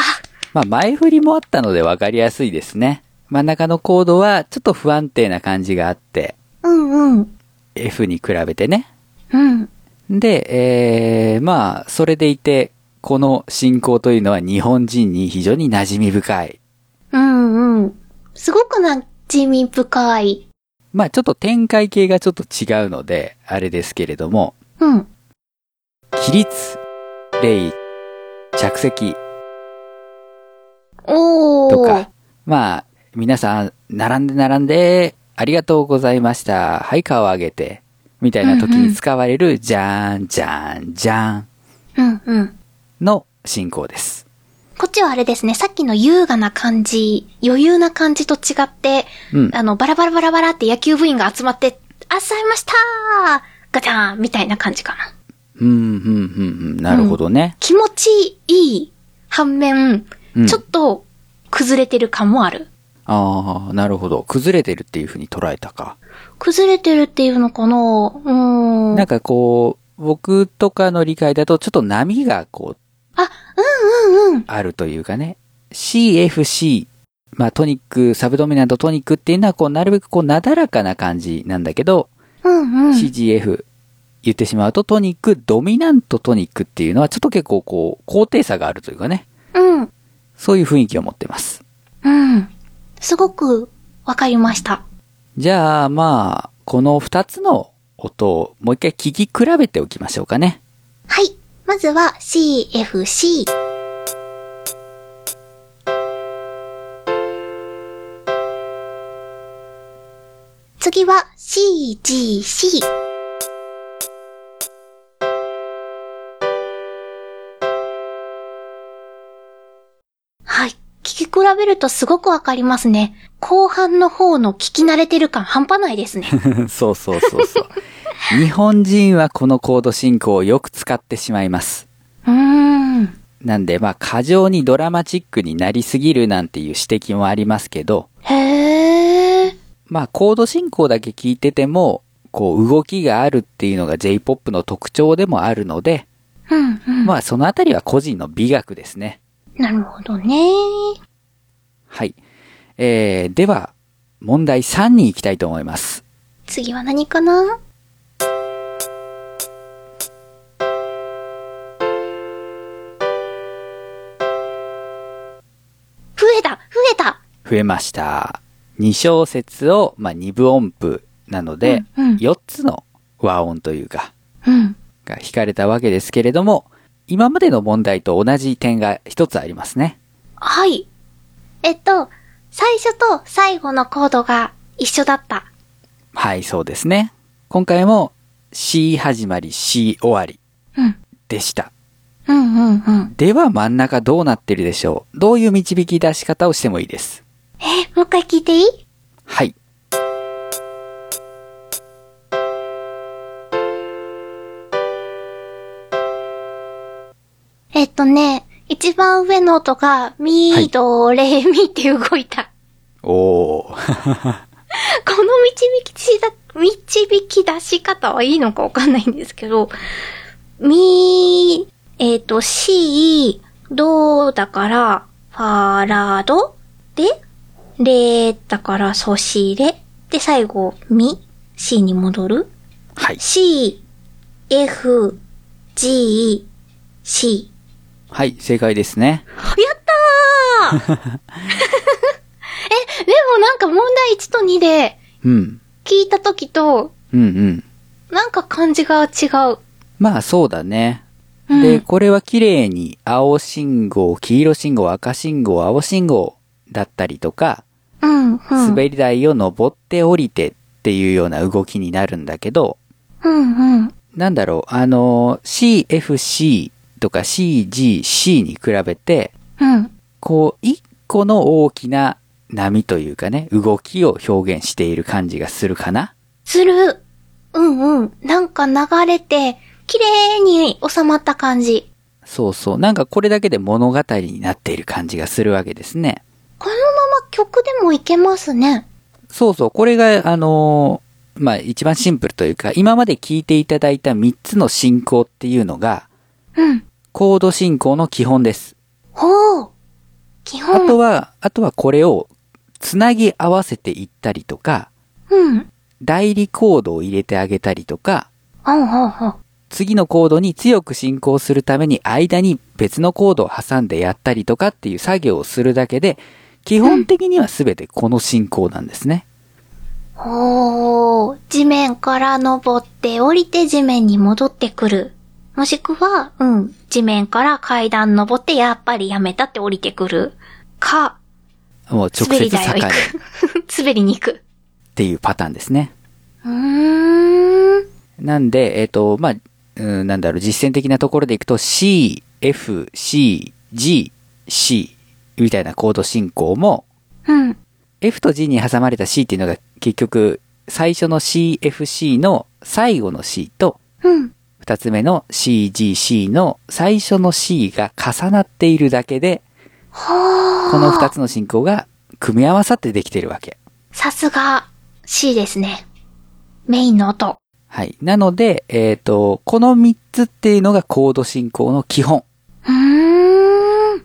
A: まあ、前振りもあったので分かりやすいですね。真ん中のコードはちょっと不安定な感じがあって、
B: うんうん。
A: F に比べてね。
B: うん。
A: で、えー、まあ、それでいて、この進行というのは日本人に非常に馴染み深い。
B: うんうん。すごくなじみ深い。
A: まあ、ちょっと展開系がちょっと違うので、あれですけれども、
B: うん。
A: 起立、礼、着席
B: おー。
A: とか、まあ、皆さん、並んで並んで、ありがとうございました。はい、顔を上げて。みたいな時に使われる、じゃーん、じゃーん、じゃーん
B: うんうん。
A: の進行です。
B: こっちはあれですね、さっきの優雅な感じ、余裕な感じと違って、
A: うん。
B: あの、バラバラバラバラって野球部員が集まって、あっさりましたーガチャーンみたいな感じかな。
A: うん、うん、うん、うん。なるほどね。
B: 気持ちいい反面、
A: うん
B: ちょっと崩れてる感もある。
A: ああ、なるほど。崩れてるっていう風に捉えたか。
B: 崩れてるっていうのかなうーん。
A: なんかこう、僕とかの理解だと、ちょっと波がこう、
B: あ、うんうんうん。
A: あるというかね。CFC。まあ、トニック、サブドミナントトニックっていうのは、こう、なるべくこう、なだらかな感じなんだけど、
B: うんうん。
A: CGF 言ってしまうと、トニック、ドミナントトニックっていうのは、ちょっと結構こう、高低差があるというかね。
B: うん。
A: そういう雰囲気を持ってます。
B: うん。すごくわかりました。
A: じゃあ、まあ、この二つの音をもう一回聞き比べておきましょうかね。
B: はい。まずは CFC。次は CGC。はい。聞き比べるとすごくわかりますね。後半の方の聞き慣れてる感半端ないですね。
A: そうそうそう そう。日本人はこのコード進行をよく使ってしまいます。
B: うーん。
A: なんで、まあ、過剰にドラマチックになりすぎるなんていう指摘もありますけど、
B: へー。
A: まあ、コード進行だけ聞いてても、こう、動きがあるっていうのが J-POP の特徴でもあるので、
B: うんうん。
A: まあ、そのあたりは個人の美学ですね。
B: なるほどね。
A: はい。えー、では、問題3に行きたいと思います。
B: 次は何かな増えた増えた
A: 増えました。2小節を、まあ、2部音符なので、
B: うんうん
A: 4つの和音というか、
B: うん。
A: が引かれたわけですけれども、今までの問題と同じ点が一つありますね。
B: はい。えっと、最初と最後のコードが一緒だった。
A: はい、そうですね。今回も C 始まり C 終わり
B: うん。
A: でした。
B: うんうんうん。
A: では真ん中どうなってるでしょうどういう導き出し方をしてもいいです。
B: え、もう一回聞いていい
A: はい。
B: えっとね、一番上の音が、ミ
A: はい
B: ードレミって動いた。
A: おー。
B: この導きしだ、導き出し方はいいのかわかんないんですけど、み、えっ、と、し、どだから、ファラド、で、れだから、そしれ、で、最後、み、しに戻る。
A: はい。
B: し、f, g, c。
A: はい、正解ですね。
B: やったーえ、でもなんか問題1と2で
A: うん。
B: 聞いた時と、
A: うんうん。
B: なんか感じが違う。
A: まあそうだね。
B: うん、
A: で、これは綺麗に青信号、黄色信号、赤信号、青信号だったりとか、
B: うん、うん。
A: 滑り台を登って降りてっていうような動きになるんだけど、
B: うん、うん。
A: なんだろう、あの、CFC とか CGC に比べて、
B: うん。
A: こう、一個の大きな波というかね、動きを表現している感じがするかな。
B: する。うん、うん。なんか流れて、綺麗に収まった感じ。
A: そうそう。なんかこれだけで物語になっている感じがするわけですね。
B: このまま曲でもいけますね。
A: そうそう。これが、あのまあ一番シンプルというか、今まで聞いていただいた3つの進行っていうのが、
B: うん。
A: コード進行の基本です。
B: ほう。基
A: あ
B: 本。
A: とは、あとはこれをつなぎ合わせていったりとか、
B: うん。
A: 代理コードを入れてあげたりとか、
B: ほうほうほう。
A: 次のコードに強く進行するために間に別のコードを挟んでやったりとかっていう作業をするだけで、基本的には全てこの進行なんですね。
B: ほう。地面から登って降りて地面に戻ってくる。もしくは、うん。地面から階段登ってやっぱりやめたって降りてくる。か、
A: もう直
B: 滑
A: 接
B: り台を
A: 境に
B: 行
A: っ
B: く。 滑りに行く。
A: ていうパターンですね。
B: うーん。
A: なんで、えっ、と、まあ、うん、なんだろう、実践的なところでいくと C、F、C、G、C みたいなコード進行も、
B: うん。
A: F と G に挟まれた C っていうのが結局、最初の CFC の最後の C と、
B: うん。
A: 二つ目の CGC の最初の C が重なっているだけで、
B: ほう。
A: この二つの進行が組み合わさってできてるわけ。
B: さすが C ですね。メインの音。
A: はい。なので、えっ、と、この三つっていうのがコード進行の基本。
B: うーん。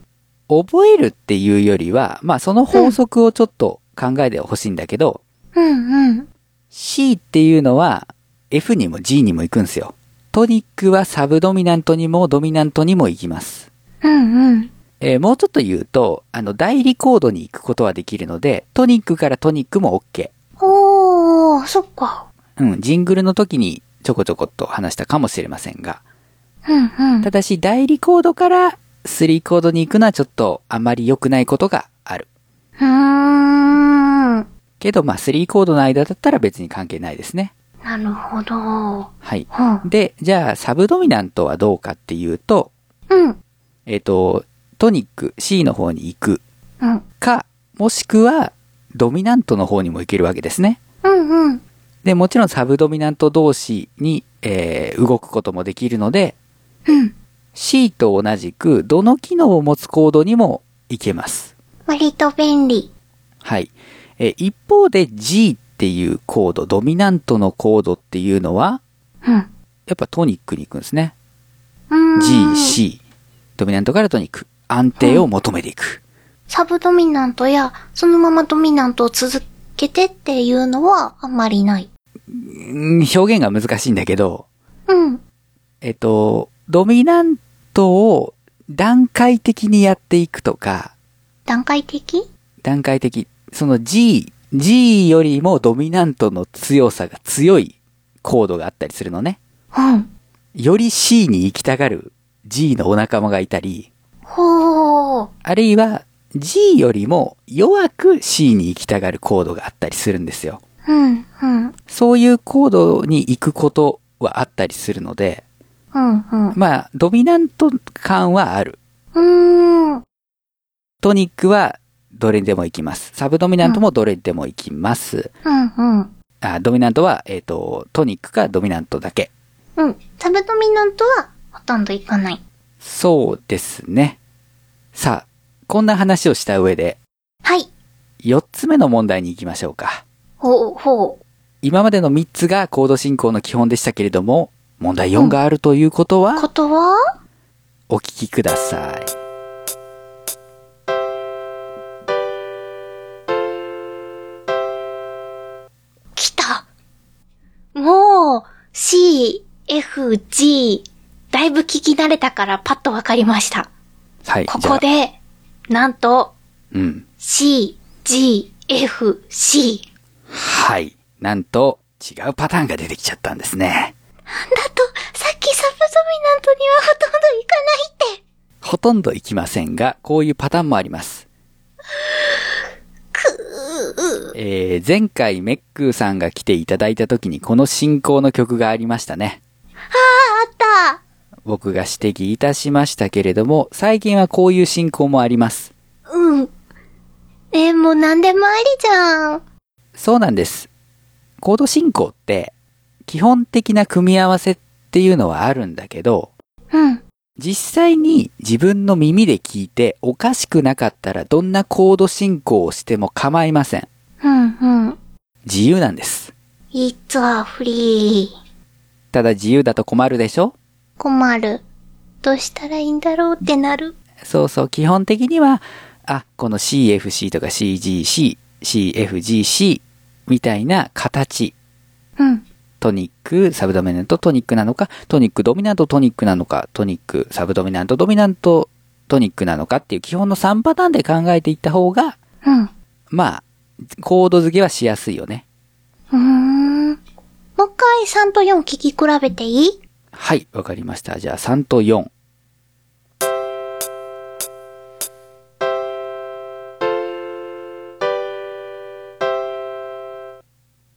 A: 覚えるっていうよりは、まあその法則をちょっと考えてほしいんだけど、
B: うんうん。
A: C っていうのは F にも G にも行くんですよ。トニックはサブドミナントにもドミナントにも行きます。
B: うんうん。
A: えーもうちょっと言うと、あの、代理コードに行くことはできるので、トニックからトニックも OK。
B: おー、そっか。
A: うん、ジングルの時にちょこちょこっと話したかもしれませんが。
B: うんうん
A: た。だし、代理コードから3コードに行くのはちょっとあまり良くないことがある。
B: うーん。
A: けど、まあ、3コードの間だったら別に関係ないですね。
B: なるほど。
A: はい。
B: うん。
A: で、じゃあ、サブドミナントはどうかっていうと、
B: うん。
A: えっ、と、トニック C の方に行く
B: うん。
A: か、もしくは、ドミナントの方にも行けるわけですね。
B: うんうん。
A: で、もちろんサブドミナント同士に、えー動くこともできるので、
B: うん。
A: C と同じく、どの機能を持つコードにも行けます。
B: 割と便利。
A: はい。えー一方で G っていうコード、ドミナントのコードっていうのは、
B: うん。
A: やっぱトニックに行くんですね。
B: うーん。
A: G、。C、ドミナントからトニック、安定を求めていく。
B: サブドミナントや、そのままドミナントを続けてっていうのはあんまりない。
A: うん表現が難しいんだけど、
B: うん。
A: えっと、ドミナントを段階的にやっていくとか、
B: 段階的
A: 段階的、その G、G よりもドミナントの強さが強いコードがあったりするのね。
B: うん。
A: より C に行きたがる G のお仲間がいたり、
B: ほー。
A: あるいは G よりも弱く C に行きたがるコードがあったりするんですよ。
B: うん、うん、
A: そういうコードに行くことはあったりするので、
B: うん、うん。
A: まあ、ドミナント感はある。
B: うーん。
A: トニックはどれでも行きます。サブドミナントもどれでも行きます。
B: うん、うん。
A: あドミナントは、えっ、と、トニックかドミナントだけ。
B: うん。サブドミナントはほとんどいかない。
A: そうですね。さあ、こんな話をした上で、
B: はい。
A: 4つ目の問題に行きましょうか。
B: ほう、ほ
A: 今までの3つがコード進行の基本でしたけれども、問題4があるということ
B: う。
A: は、
B: ことは
A: お聞きください。
B: 来たもう、C、F、G、だいぶ聞き慣れたからパッとわかりました。
A: はい。
B: こ
A: じゃ
B: こ
A: あ。
B: で、なんと、
A: うん。
B: C、G、F、C。
A: はい。なんと、違うパターンが出てきちゃったんですね。
B: なんだと、さっきサブドミナントにはほとんどいかないって。
A: ほとんど行きませんが、こういうパターンもあります。えー、前回メックーさんが来ていただいた時にこの進行の曲がありましたね。
B: あっ
A: 僕が指摘いたしましたけれども、最近はこういう進行もあります。
B: た。うん。え、もう何でもありじゃん。
A: そうなんです。コード進行って、基本的な組み合わせっていうのはあるんだけど、
B: うん。
A: 実際に自分の耳で聞いておかしくなかったらどんなコード進行をしても構いません。
B: うん、うん。
A: 自由なんです。
B: It's a free.
A: ただ自由だと困るでしょ
B: 困る。どうしたらいいんだろうってなる。
A: そうそう、基本的には、あ、この CFC とか CGC、CFGC みたいな形。
B: うん。
A: トニック、サブドミナント、トニックなのか、トニックドミナント、トニックなのか、トニック、サブドミナント、ドミナント、トニックなのかっていう基本の3パターンで考えていった方が、
B: うん。
A: まあ、コード付けはしやすいよね。
B: うーん。もう一回3と4聞き比べていい
A: はい、わかりました。じゃあ3と4。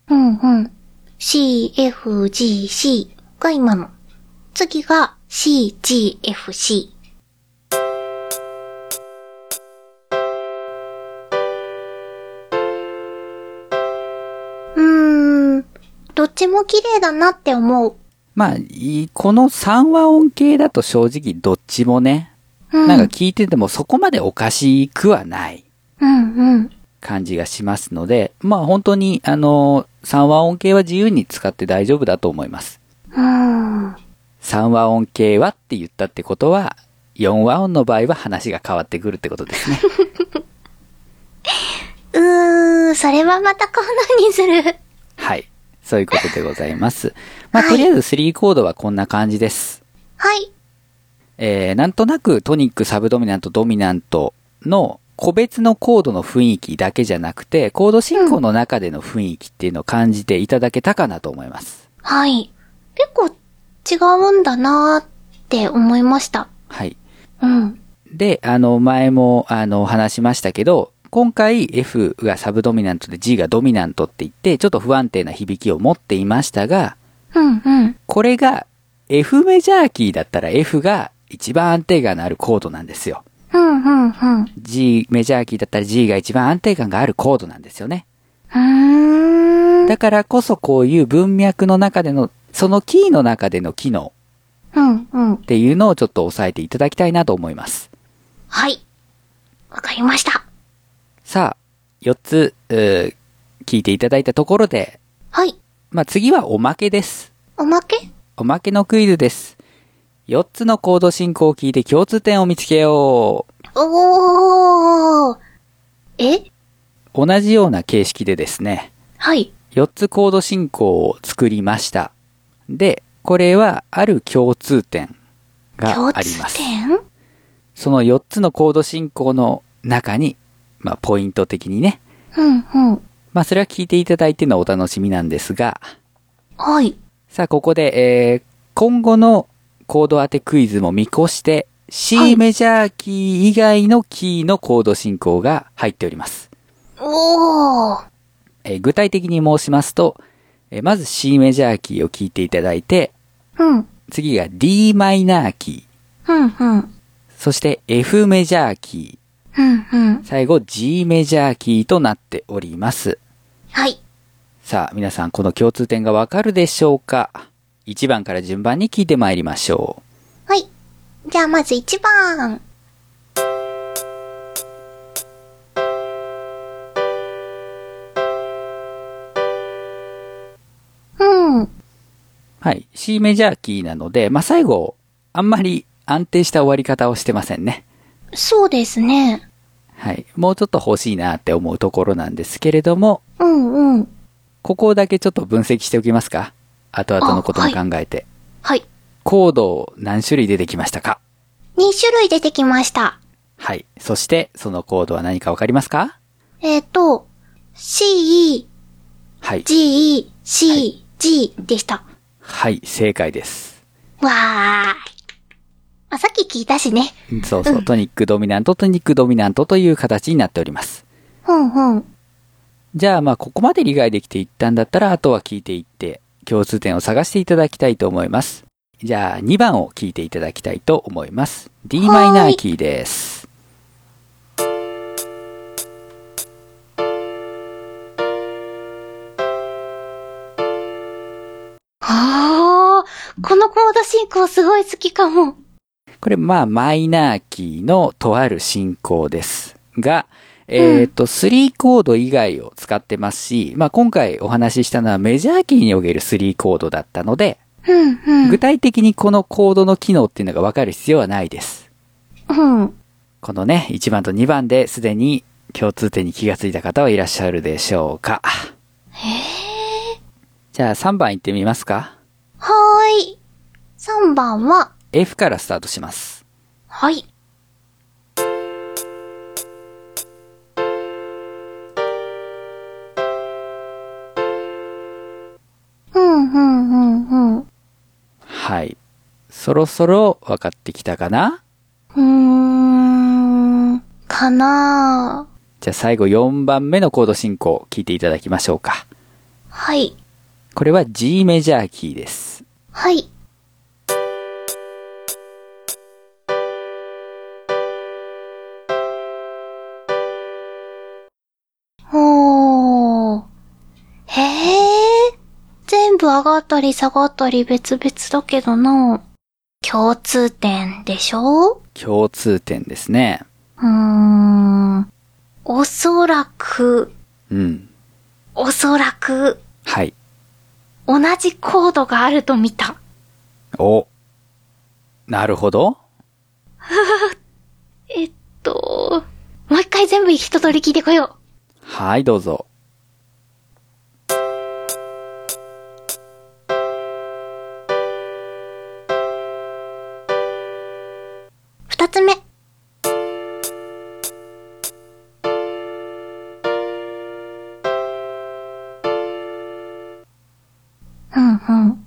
B: うんうん。C, F, G, C が今の。次が C, G, F, C。うーん。どっちも綺麗だなって思う。
A: まあ、いこの3和音系だと正直どっちもね、
B: うん。
A: なんか聞いててもそこまでおかしくはない
B: うんうん。
A: 感じがしますので、まあ本当に、あの、3和音系は自由に使って大丈夫だと思います。
B: うーん。
A: 3和音系はって言ったってことは、4和音の場合は話が変わってくるってことですね。
B: うーん、それはまた今度にする。
A: はい。そういうことでございます。まあ、
B: はい
A: とりあえず3コードはこんな感じです。
B: はい。
A: えー、なんとなくトニック、サブドミナント、ドミナントの個別のコードの雰囲気だけじゃなくて、コード進行の中での雰囲気っていうのを感じていただけたかなと思います。
B: はい。結構違うんだなーって思いました。
A: はい。
B: うん。
A: で、あの、前も、あの、話しましたけど、今回 F がサブドミナントで G がドミナントって言って、ちょっと不安定な響きを持っていましたが、
B: うんうん。
A: これが F メジャーキーだったら F が一番安定感のあるコードなんですよ。
B: うんうんうん。う
A: G メジャーキーだったら G が一番安定感があるコードなんですよね。
B: ーん。
A: だからこそこういう文脈の中での、そのキーの中での機能
B: うんうん
A: っ。ていうのをちょっと押さえていただきたいなと思います。
B: はい。わかりました。
A: さあ、4つ、うー聞いていただいたところで、
B: はい。
A: まあ、次はおまけです。
B: おまけ
A: おまけのクイズです。4つのコード進行を聞いて共通点を見つけよう。
B: おー。え
A: 同じような形式でですね、
B: はい。
A: 4つコード進行を作りました。で、これはある共通点が
B: 共
A: ありま
B: 通
A: す。
B: 点
A: その4つのコード進行の中に、まあ、ポイント的にね、
B: うんうん。
A: まあ、それは聞いていただいてのお楽しみなんですが、
B: はい。
A: さあ、ここで、えー今後のコード当てクイズも見越して、
B: は
A: C
B: い
A: メジャーキー以外のキーのコード進行が入っております。
B: おー。
A: えー具体的に申しますと、えーまず C メジャーキーを聞いていただいて、
B: うん。
A: 次が d マイナーキー、
B: うんうん。
A: そして F メジャーキ
B: うんうん
A: ー、。最後 G メジャーキーとなっております。
B: はい。
A: さあ、皆さんこの共通点がわかるでしょうか ?1 番から順番に聞いてまいりましょう。
B: はい。じゃあまず1番。うん。
A: はい。C メジャーキーなので、まあ、最後、あんまり安定した終わり方をしてませんね。
B: そうですね。
A: はい。もうちょっと欲しいなって思うところなんですけれども、
B: うんうん。
A: ここだけちょっと分析しておきますか後々のことも考えて。
B: はい。
A: コード何種類出てきましたか
B: 2種類出てきました。
A: はい。そして、そのコードは何かわかりますか
B: えっ、と、C,
A: はい。
B: G,
A: は
B: C, G でした。
A: はい、正解です。
B: わーい。あ、さっき聞いたしね。
A: そうそうう、トニックドミナント、トニックドミナントという形になっております。
B: うんうん。
A: じゃあ、まあ、ここまで理解できていったんだったら、あとは聞いていって、共通点を探していただきたいと思います。じゃあ、2番を聞いていただきたいと思います。d マイナーキーです。
B: あー、このコード進行すごい好きかも。
A: これ、まあ、マイナーキーのとある進行ですが、えっ、と、3コード以外を使ってますし、まあ、今回お話ししたのはメジャーキーにおける3コードだったので、
B: うん、うん
A: 具。体的にこのコードの機能っていうのがわかる必要はないです。
B: うん。
A: このね、1番と2番ですでに共通点に気がついた方はいらっしゃるでしょうか。じゃあ3番行ってみますか。
B: はーい。3番は、
A: F からスタートします。
B: はい。うん、うん、うん、うん。
A: はい。そろそろ分かってきたかな
B: うーん、かなぁ。
A: じゃあ最後4番目のコード進行聞いていただきましょうか。
B: はい。
A: これは G メジャーキーです。
B: はい。おー。へえ。全部上がったり下がったり別々だけどな。共通点でしょう
A: 共通点ですね。
B: ーん。おそらく、
A: うん。
B: おそらく、
A: はい。
B: 同じコードがあると見た。
A: お。なるほど。
B: えっと、もう一回全部一通り聞いてこよ
A: はい、どうぞ。
B: う。二つ目。うんうん。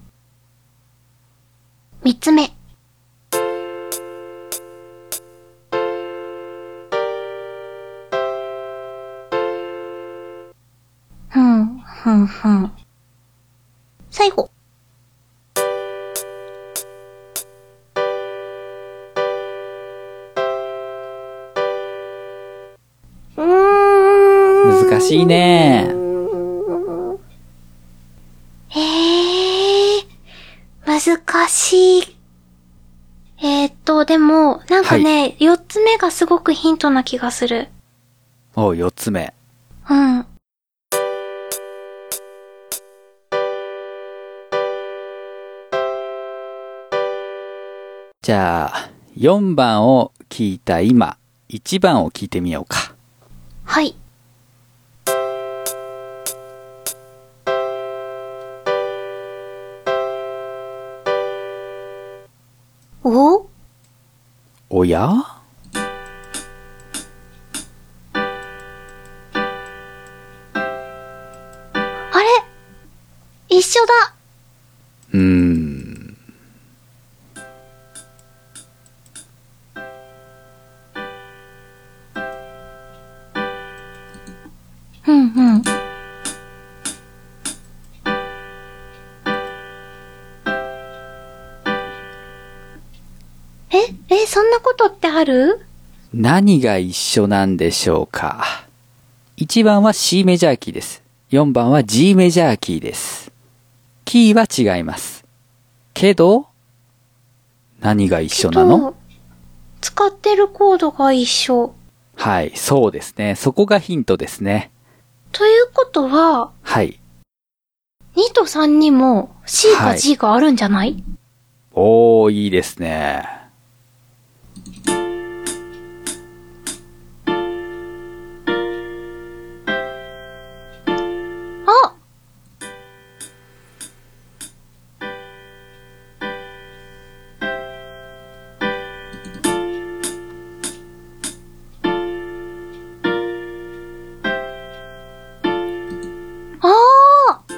B: 三つ目。うん、うん、うん。最後。うーん
A: 難しいね。
B: ええー、難しい。えー、っと、でも、なんかね、四、つ目がすごくヒントな気がする。
A: お、4つ目。
B: うん。
A: じゃあ、4番を聞いた今、1番を聞いてみようか。
B: はい。お
A: おや
B: あれ一緒だ
A: うーん。
B: うんうん。え、え、そんなことってある
A: 何が一緒なんでしょうか。1番は C メジャーキーです。4番は G メジャーキーです。キーは違います。けど、何が一緒なの
B: と使ってるコードが一緒。
A: はい、そうですね。そこがヒントですね。
B: ということは、
A: はい。
B: 2と3にも C
A: は
B: か
A: い
B: G があるんじゃない、
A: おー、いいですね。
B: ああー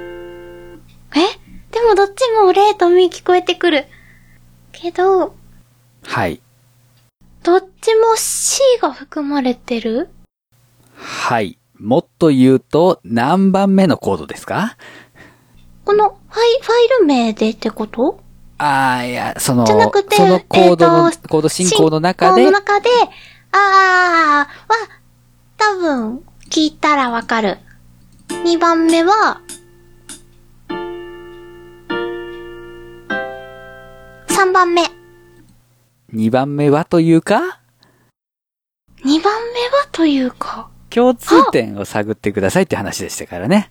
B: えでもどっちもレーとミー聞こえてくる。けど、
A: はい。
B: どっちも C が含まれてる
A: はい。もっと言うと、何番目のコードですか
B: このファイ、ファイル名でってこと
A: ああ、いや、その、
B: じゃなくて
A: そのコードの、
B: えーと
A: コード進行の中
B: 進
A: で
B: 行の、中で、あーは、多分、聞いたらわかる。2番目は、3番番目。
A: 2番目はというか、
B: 2番目はというか、
A: 共通点を探ってくださいって話でしたからね。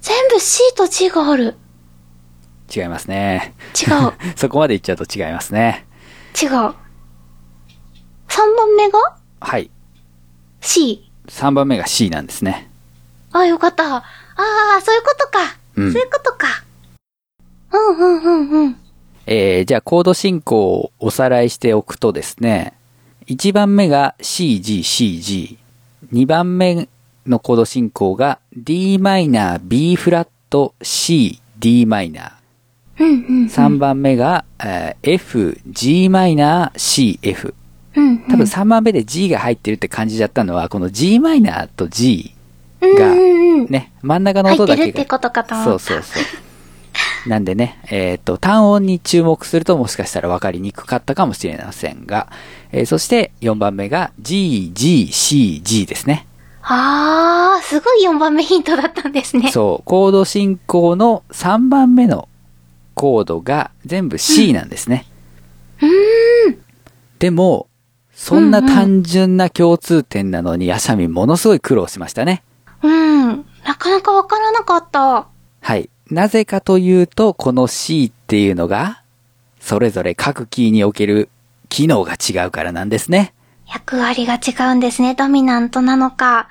B: 全部 C と G がある。
A: 違いますね。
B: 違 う。
A: そこまで言っちゃうと違いますね。
B: 違う。3番目が
A: はい。
B: ?C。
A: 3番目が C なんですね。
B: あ、よかった。ああ、そういうことか。
A: うん
B: そういうことか。うんうんうんうん。
A: えー、じゃあコード進行をおさらいしておくとですね、1番目が CGCG、2番目のコード進行が Dm、B フラット、C、Dm、
B: うんうんうん。
A: 3番目が、えー F、Gm、C、F。
B: うんうん。
A: 多分3番目で G が入ってるって感じちゃったのは、この Gm と G、が
B: うんうんうん。
A: ね、真ん中の
B: 入
A: 音
B: って
A: だけが。
B: るってことかと思った。
A: そうそうそう。なんでね、えっ、と、単音に注目するともしかしたら分かりにくかったかもしれませんが、えーそして4番目が G, G, C, G ですね。
B: ああ、すごい4番目ヒントだったんですね。
A: そう、コード進行の3番目のコードが全部 C なんですね。でも、そんな単純な共通点なのに、ヤシャミものすごい苦労しましたね。
B: うん。なかなかわからなかった。
A: はい。なぜかというと、この C っていうのが、それぞれ各キーにおける機能が違うからなんですね。
B: 役割が違うんですね。ドミナントなのか、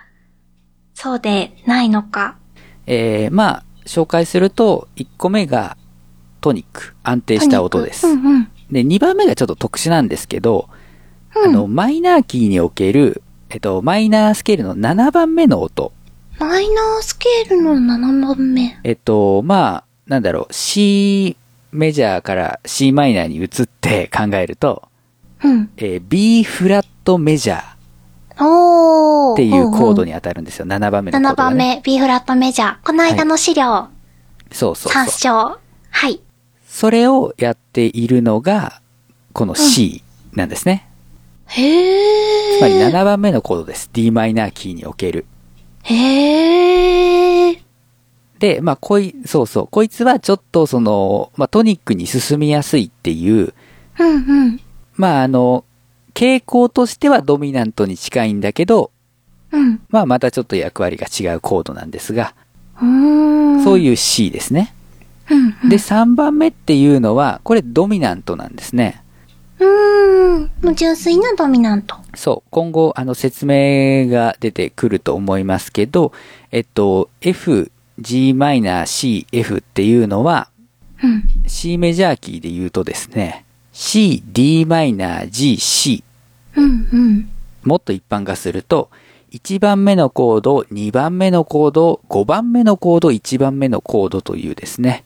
B: そうでないのか。
A: えー、まあ、紹介すると、1個目がトニック、安定した音です
B: う。んうん。
A: で、2番目がちょっと特殊なんですけど、
B: うん
A: あの、マイナーキーにおける、えっと、マイナースケールの7番目の音。
B: マイナースケールの7番目。
A: えっと、まあ、なんだろう、C メジャーから C マイナーに移って考えると、
B: うん。
A: えー B フラットメジャー。
B: おー。
A: っていうコード
B: に。
A: に当たるんですよ。7番目のコー
B: 7
A: ドが、
B: 番
A: ね。
B: 目、B フラットメジャー。この間の資料、
A: そうそうそう
B: 参。照。はい。
A: それをやっているのが、この C なんですね。
B: へー。
A: つまり7番目のコードです。d マイナーキーにおける。
B: へー。
A: で、まあ、こい、そうそう。こいつはちょっとその、まあ、トニックに進みやすいっていう、
B: うんうん。
A: まあ、あの、傾向としてはドミナントに近いんだけど、
B: うん。
A: まあ、またちょっと役割が違うコードなんですが、
B: うーん。
A: そう
B: う。
A: いう C ですね。
B: うんうん。
A: で、3番目っていうのは、これドミナントなんですね。
B: うーん。もう純粋なドミナント。
A: そう。今後、あの、説明が出てくると思いますけど、えっと、F、g マイナー C、F っていうのは、
B: うん。
A: C メジャーキーで言うとですね、C、d マイナー G、C。
B: うんうん。
A: もっと一般化すると、1番目のコード、2番目のコード、5番目のコード、1番目のコードというですね、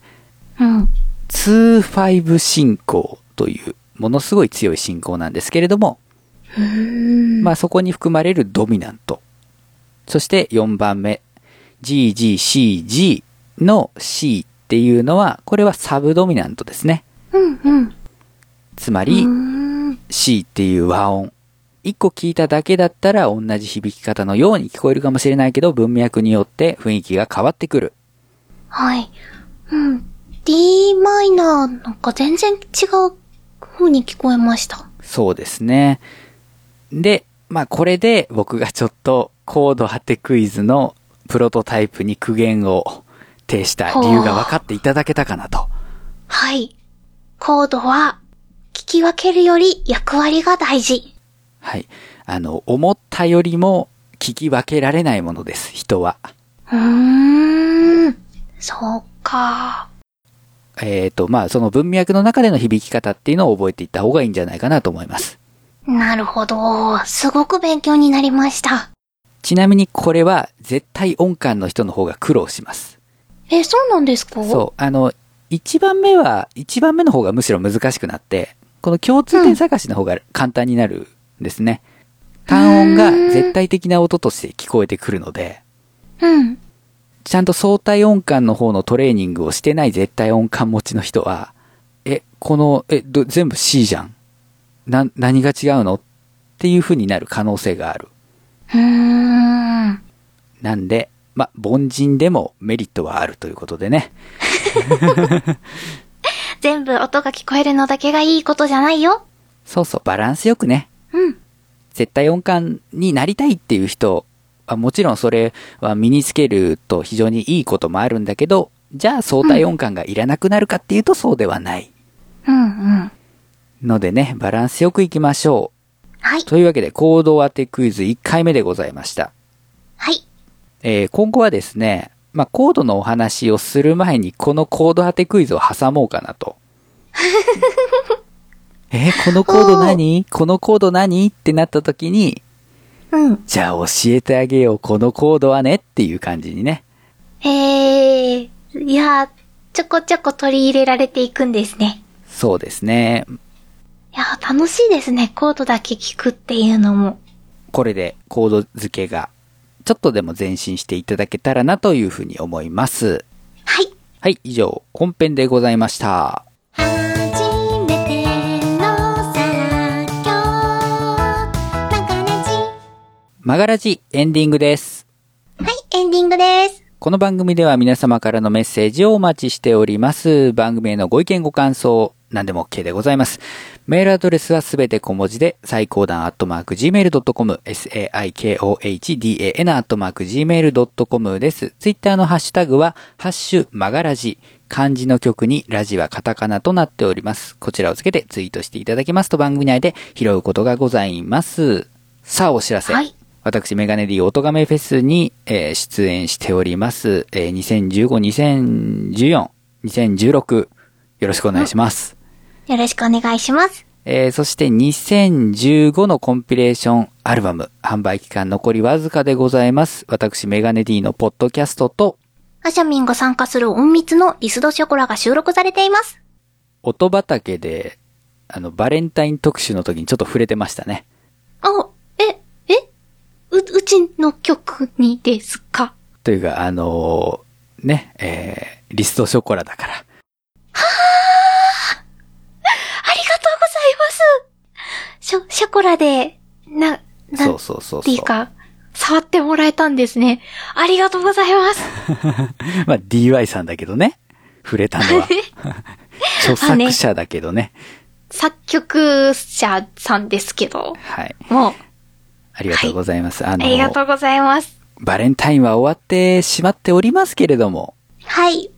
B: うん。
A: 2-5進行という、ものすごい強い進行なんですけれども、
B: うん。
A: まあそこに含まれるドミナント。そして4番目、GGCG の C っていうのは、これはサブドミナントですね。
B: うんうん。
A: つま
B: う
A: り
B: ーん
A: C っていう和音。一個聞いただけだったら同じ響き方のように聞こえるかもしれないけど、文脈によって雰囲気が変わってくる。
B: はい。うん。d マイナーなんか全然違う風に聞こえました。
A: そうですね。で、まあこれで僕がちょっとコード当てクイズのプロトタイプに苦言を呈した理由が分かっていただけたかなと。
B: はい。コードは、聞き分けるより役割が大事。
A: はい。あの、思ったよりも聞き分けられないものです、人は。
B: うーん。そうか。
A: えっ、と、まあ、その文脈の中での響き方っていうのを覚えていった方がいいんじゃないかなと思います。
B: なるほど。すごく勉強になりました。
A: ちなみにこれは絶対音感の人の方が苦労します。
B: え、そうなんですか
A: そう。あの、一番目は、一番目の方がむしろ難しくなって、この共通点探しの方が簡単になるんですね。単音が絶対的な音として聞こえてくるので、
B: う。うん。
A: ちゃんと相対音感の方のトレーニングをしてない絶対音感持ちの人は、え、この、え、ど全部 C じゃん。な、何が違うのっていう風になる可能性がある。
B: ううーん。
A: なんで、ま、凡人でもメリットはあるということでね。
B: 全部音が聞こえるのだけがいいことじゃないよ。
A: そうそう、バランスよくね。
B: うん。
A: 絶対音感になりたいっていう人はもちろんそれは身につけると非常にいいこともあるんだけど、じゃあ相対音感がいらなくなるかっていうとそうではない。
B: うんうん。
A: のでね、バランスよくいきましょ
B: はい。
A: う。というわけで、行動当てクイズ1回目でございました。
B: はい。
A: えー今後はですね、まあ、コードのお話をする前にこのコード当てクイズを挟もうかなと。えーこのコード何このコード何ってなった時に、
B: うん。
A: じゃあ教えてあげよう、このコードはねっていう感じにね。
B: えー、いやー、ちょこちょこ取り入れられていくんですね。
A: そうですね。
B: いやー、楽しいですね。コードだけ聞くっていうのも。
A: これでコード付けがちょっとでも前進していただけたらなというふうに思います。
B: はい。
A: はい、以上、本編でございました。
B: 初めてのさらきょなんかね
A: マガラジエンディングです。
B: はい、エンディングです。
A: この番組では皆様からのメッセージをお待ちしております。番組へのご意見ご感想、何でも OK でございます。メールアドレスはすべて小文字で、最高段アットマーク gmail.com、saikohdan アットマーク gmail.com です。ツイッターのハッシュタグは、ハッシュマガラジ、漢字の曲にラジはカタカナとなっております。こちらをつけてツイートしていただけますと番組内で拾うことがございます。さあ、お知らせ。
B: はい
A: 私、メガネディオトガメフェスに、えー出演しております。えー2015、2014、2016、よろしくお願いします。
B: よろしくお願いします。
A: えーそして2015のコンピレーションアルバム、販売期間残りわずかでございます。私、メガネディのポッドキャストと、
B: アシャミンが参加する隠密のリスドショコラが収録されています。
A: 音畑で、あの、バレンタイン特集の時にちょっと触れてましたね。
B: あ、え、えう、うちの曲にですか
A: というか、あのーね、えーリストショコラだから。
B: ありがとうございますショ、ショコラで、な、な
A: そ
B: ん
A: うそうそう
B: て
A: そう。
B: いうか、触ってもらえたんですね。ありがとうございます。
A: まあ、DY さんだけどね。触れたの は。著作者だけどね。
B: 作曲者さんですけど、
A: はい。
B: もう、
A: ありがとうございます。あ
B: ありがと
A: の、
B: うございます。
A: バレンタインは終わってしまっておりますけれども、
B: はい。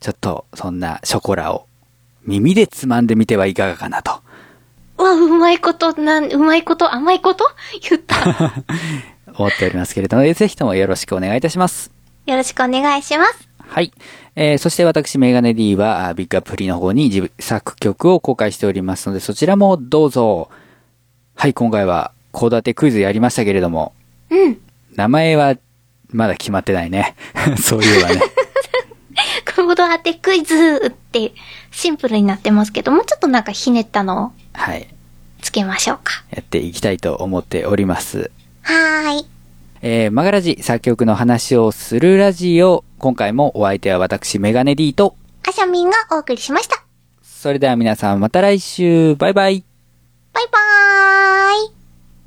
A: ちょっと、そんなショコラを耳でつまんでみてはいかがかなと。
B: うわ、うまいこと、なん、うまいこと、甘いこと 言った。
A: 思っておりますけれども、 ぜひともよろしくお願いいたします。
B: よろしくお願いします。
A: はい。えーそして私、メガネ D は、あビッグアップフリーの方に自作曲を公開しておりますので、そちらもどうぞ。はい、今回は、コーダテクイズやりましたけれども、
B: うん。
A: 名前は、まだ決まってないね。 そういえばね。
B: コード当てクイズってシンプルになってますけど、もうちょっとなんかひねったのを
A: はい。
B: つけましょうか。
A: やっていきたいと思っております。
B: はーい。
A: えー、マガラジ作曲の話をするラジオ。今回もお相手は私、メガネ D と、
B: アシャミンがお送りしました。
A: それでは皆さんまた来週。バイバイ。
B: バイバーイ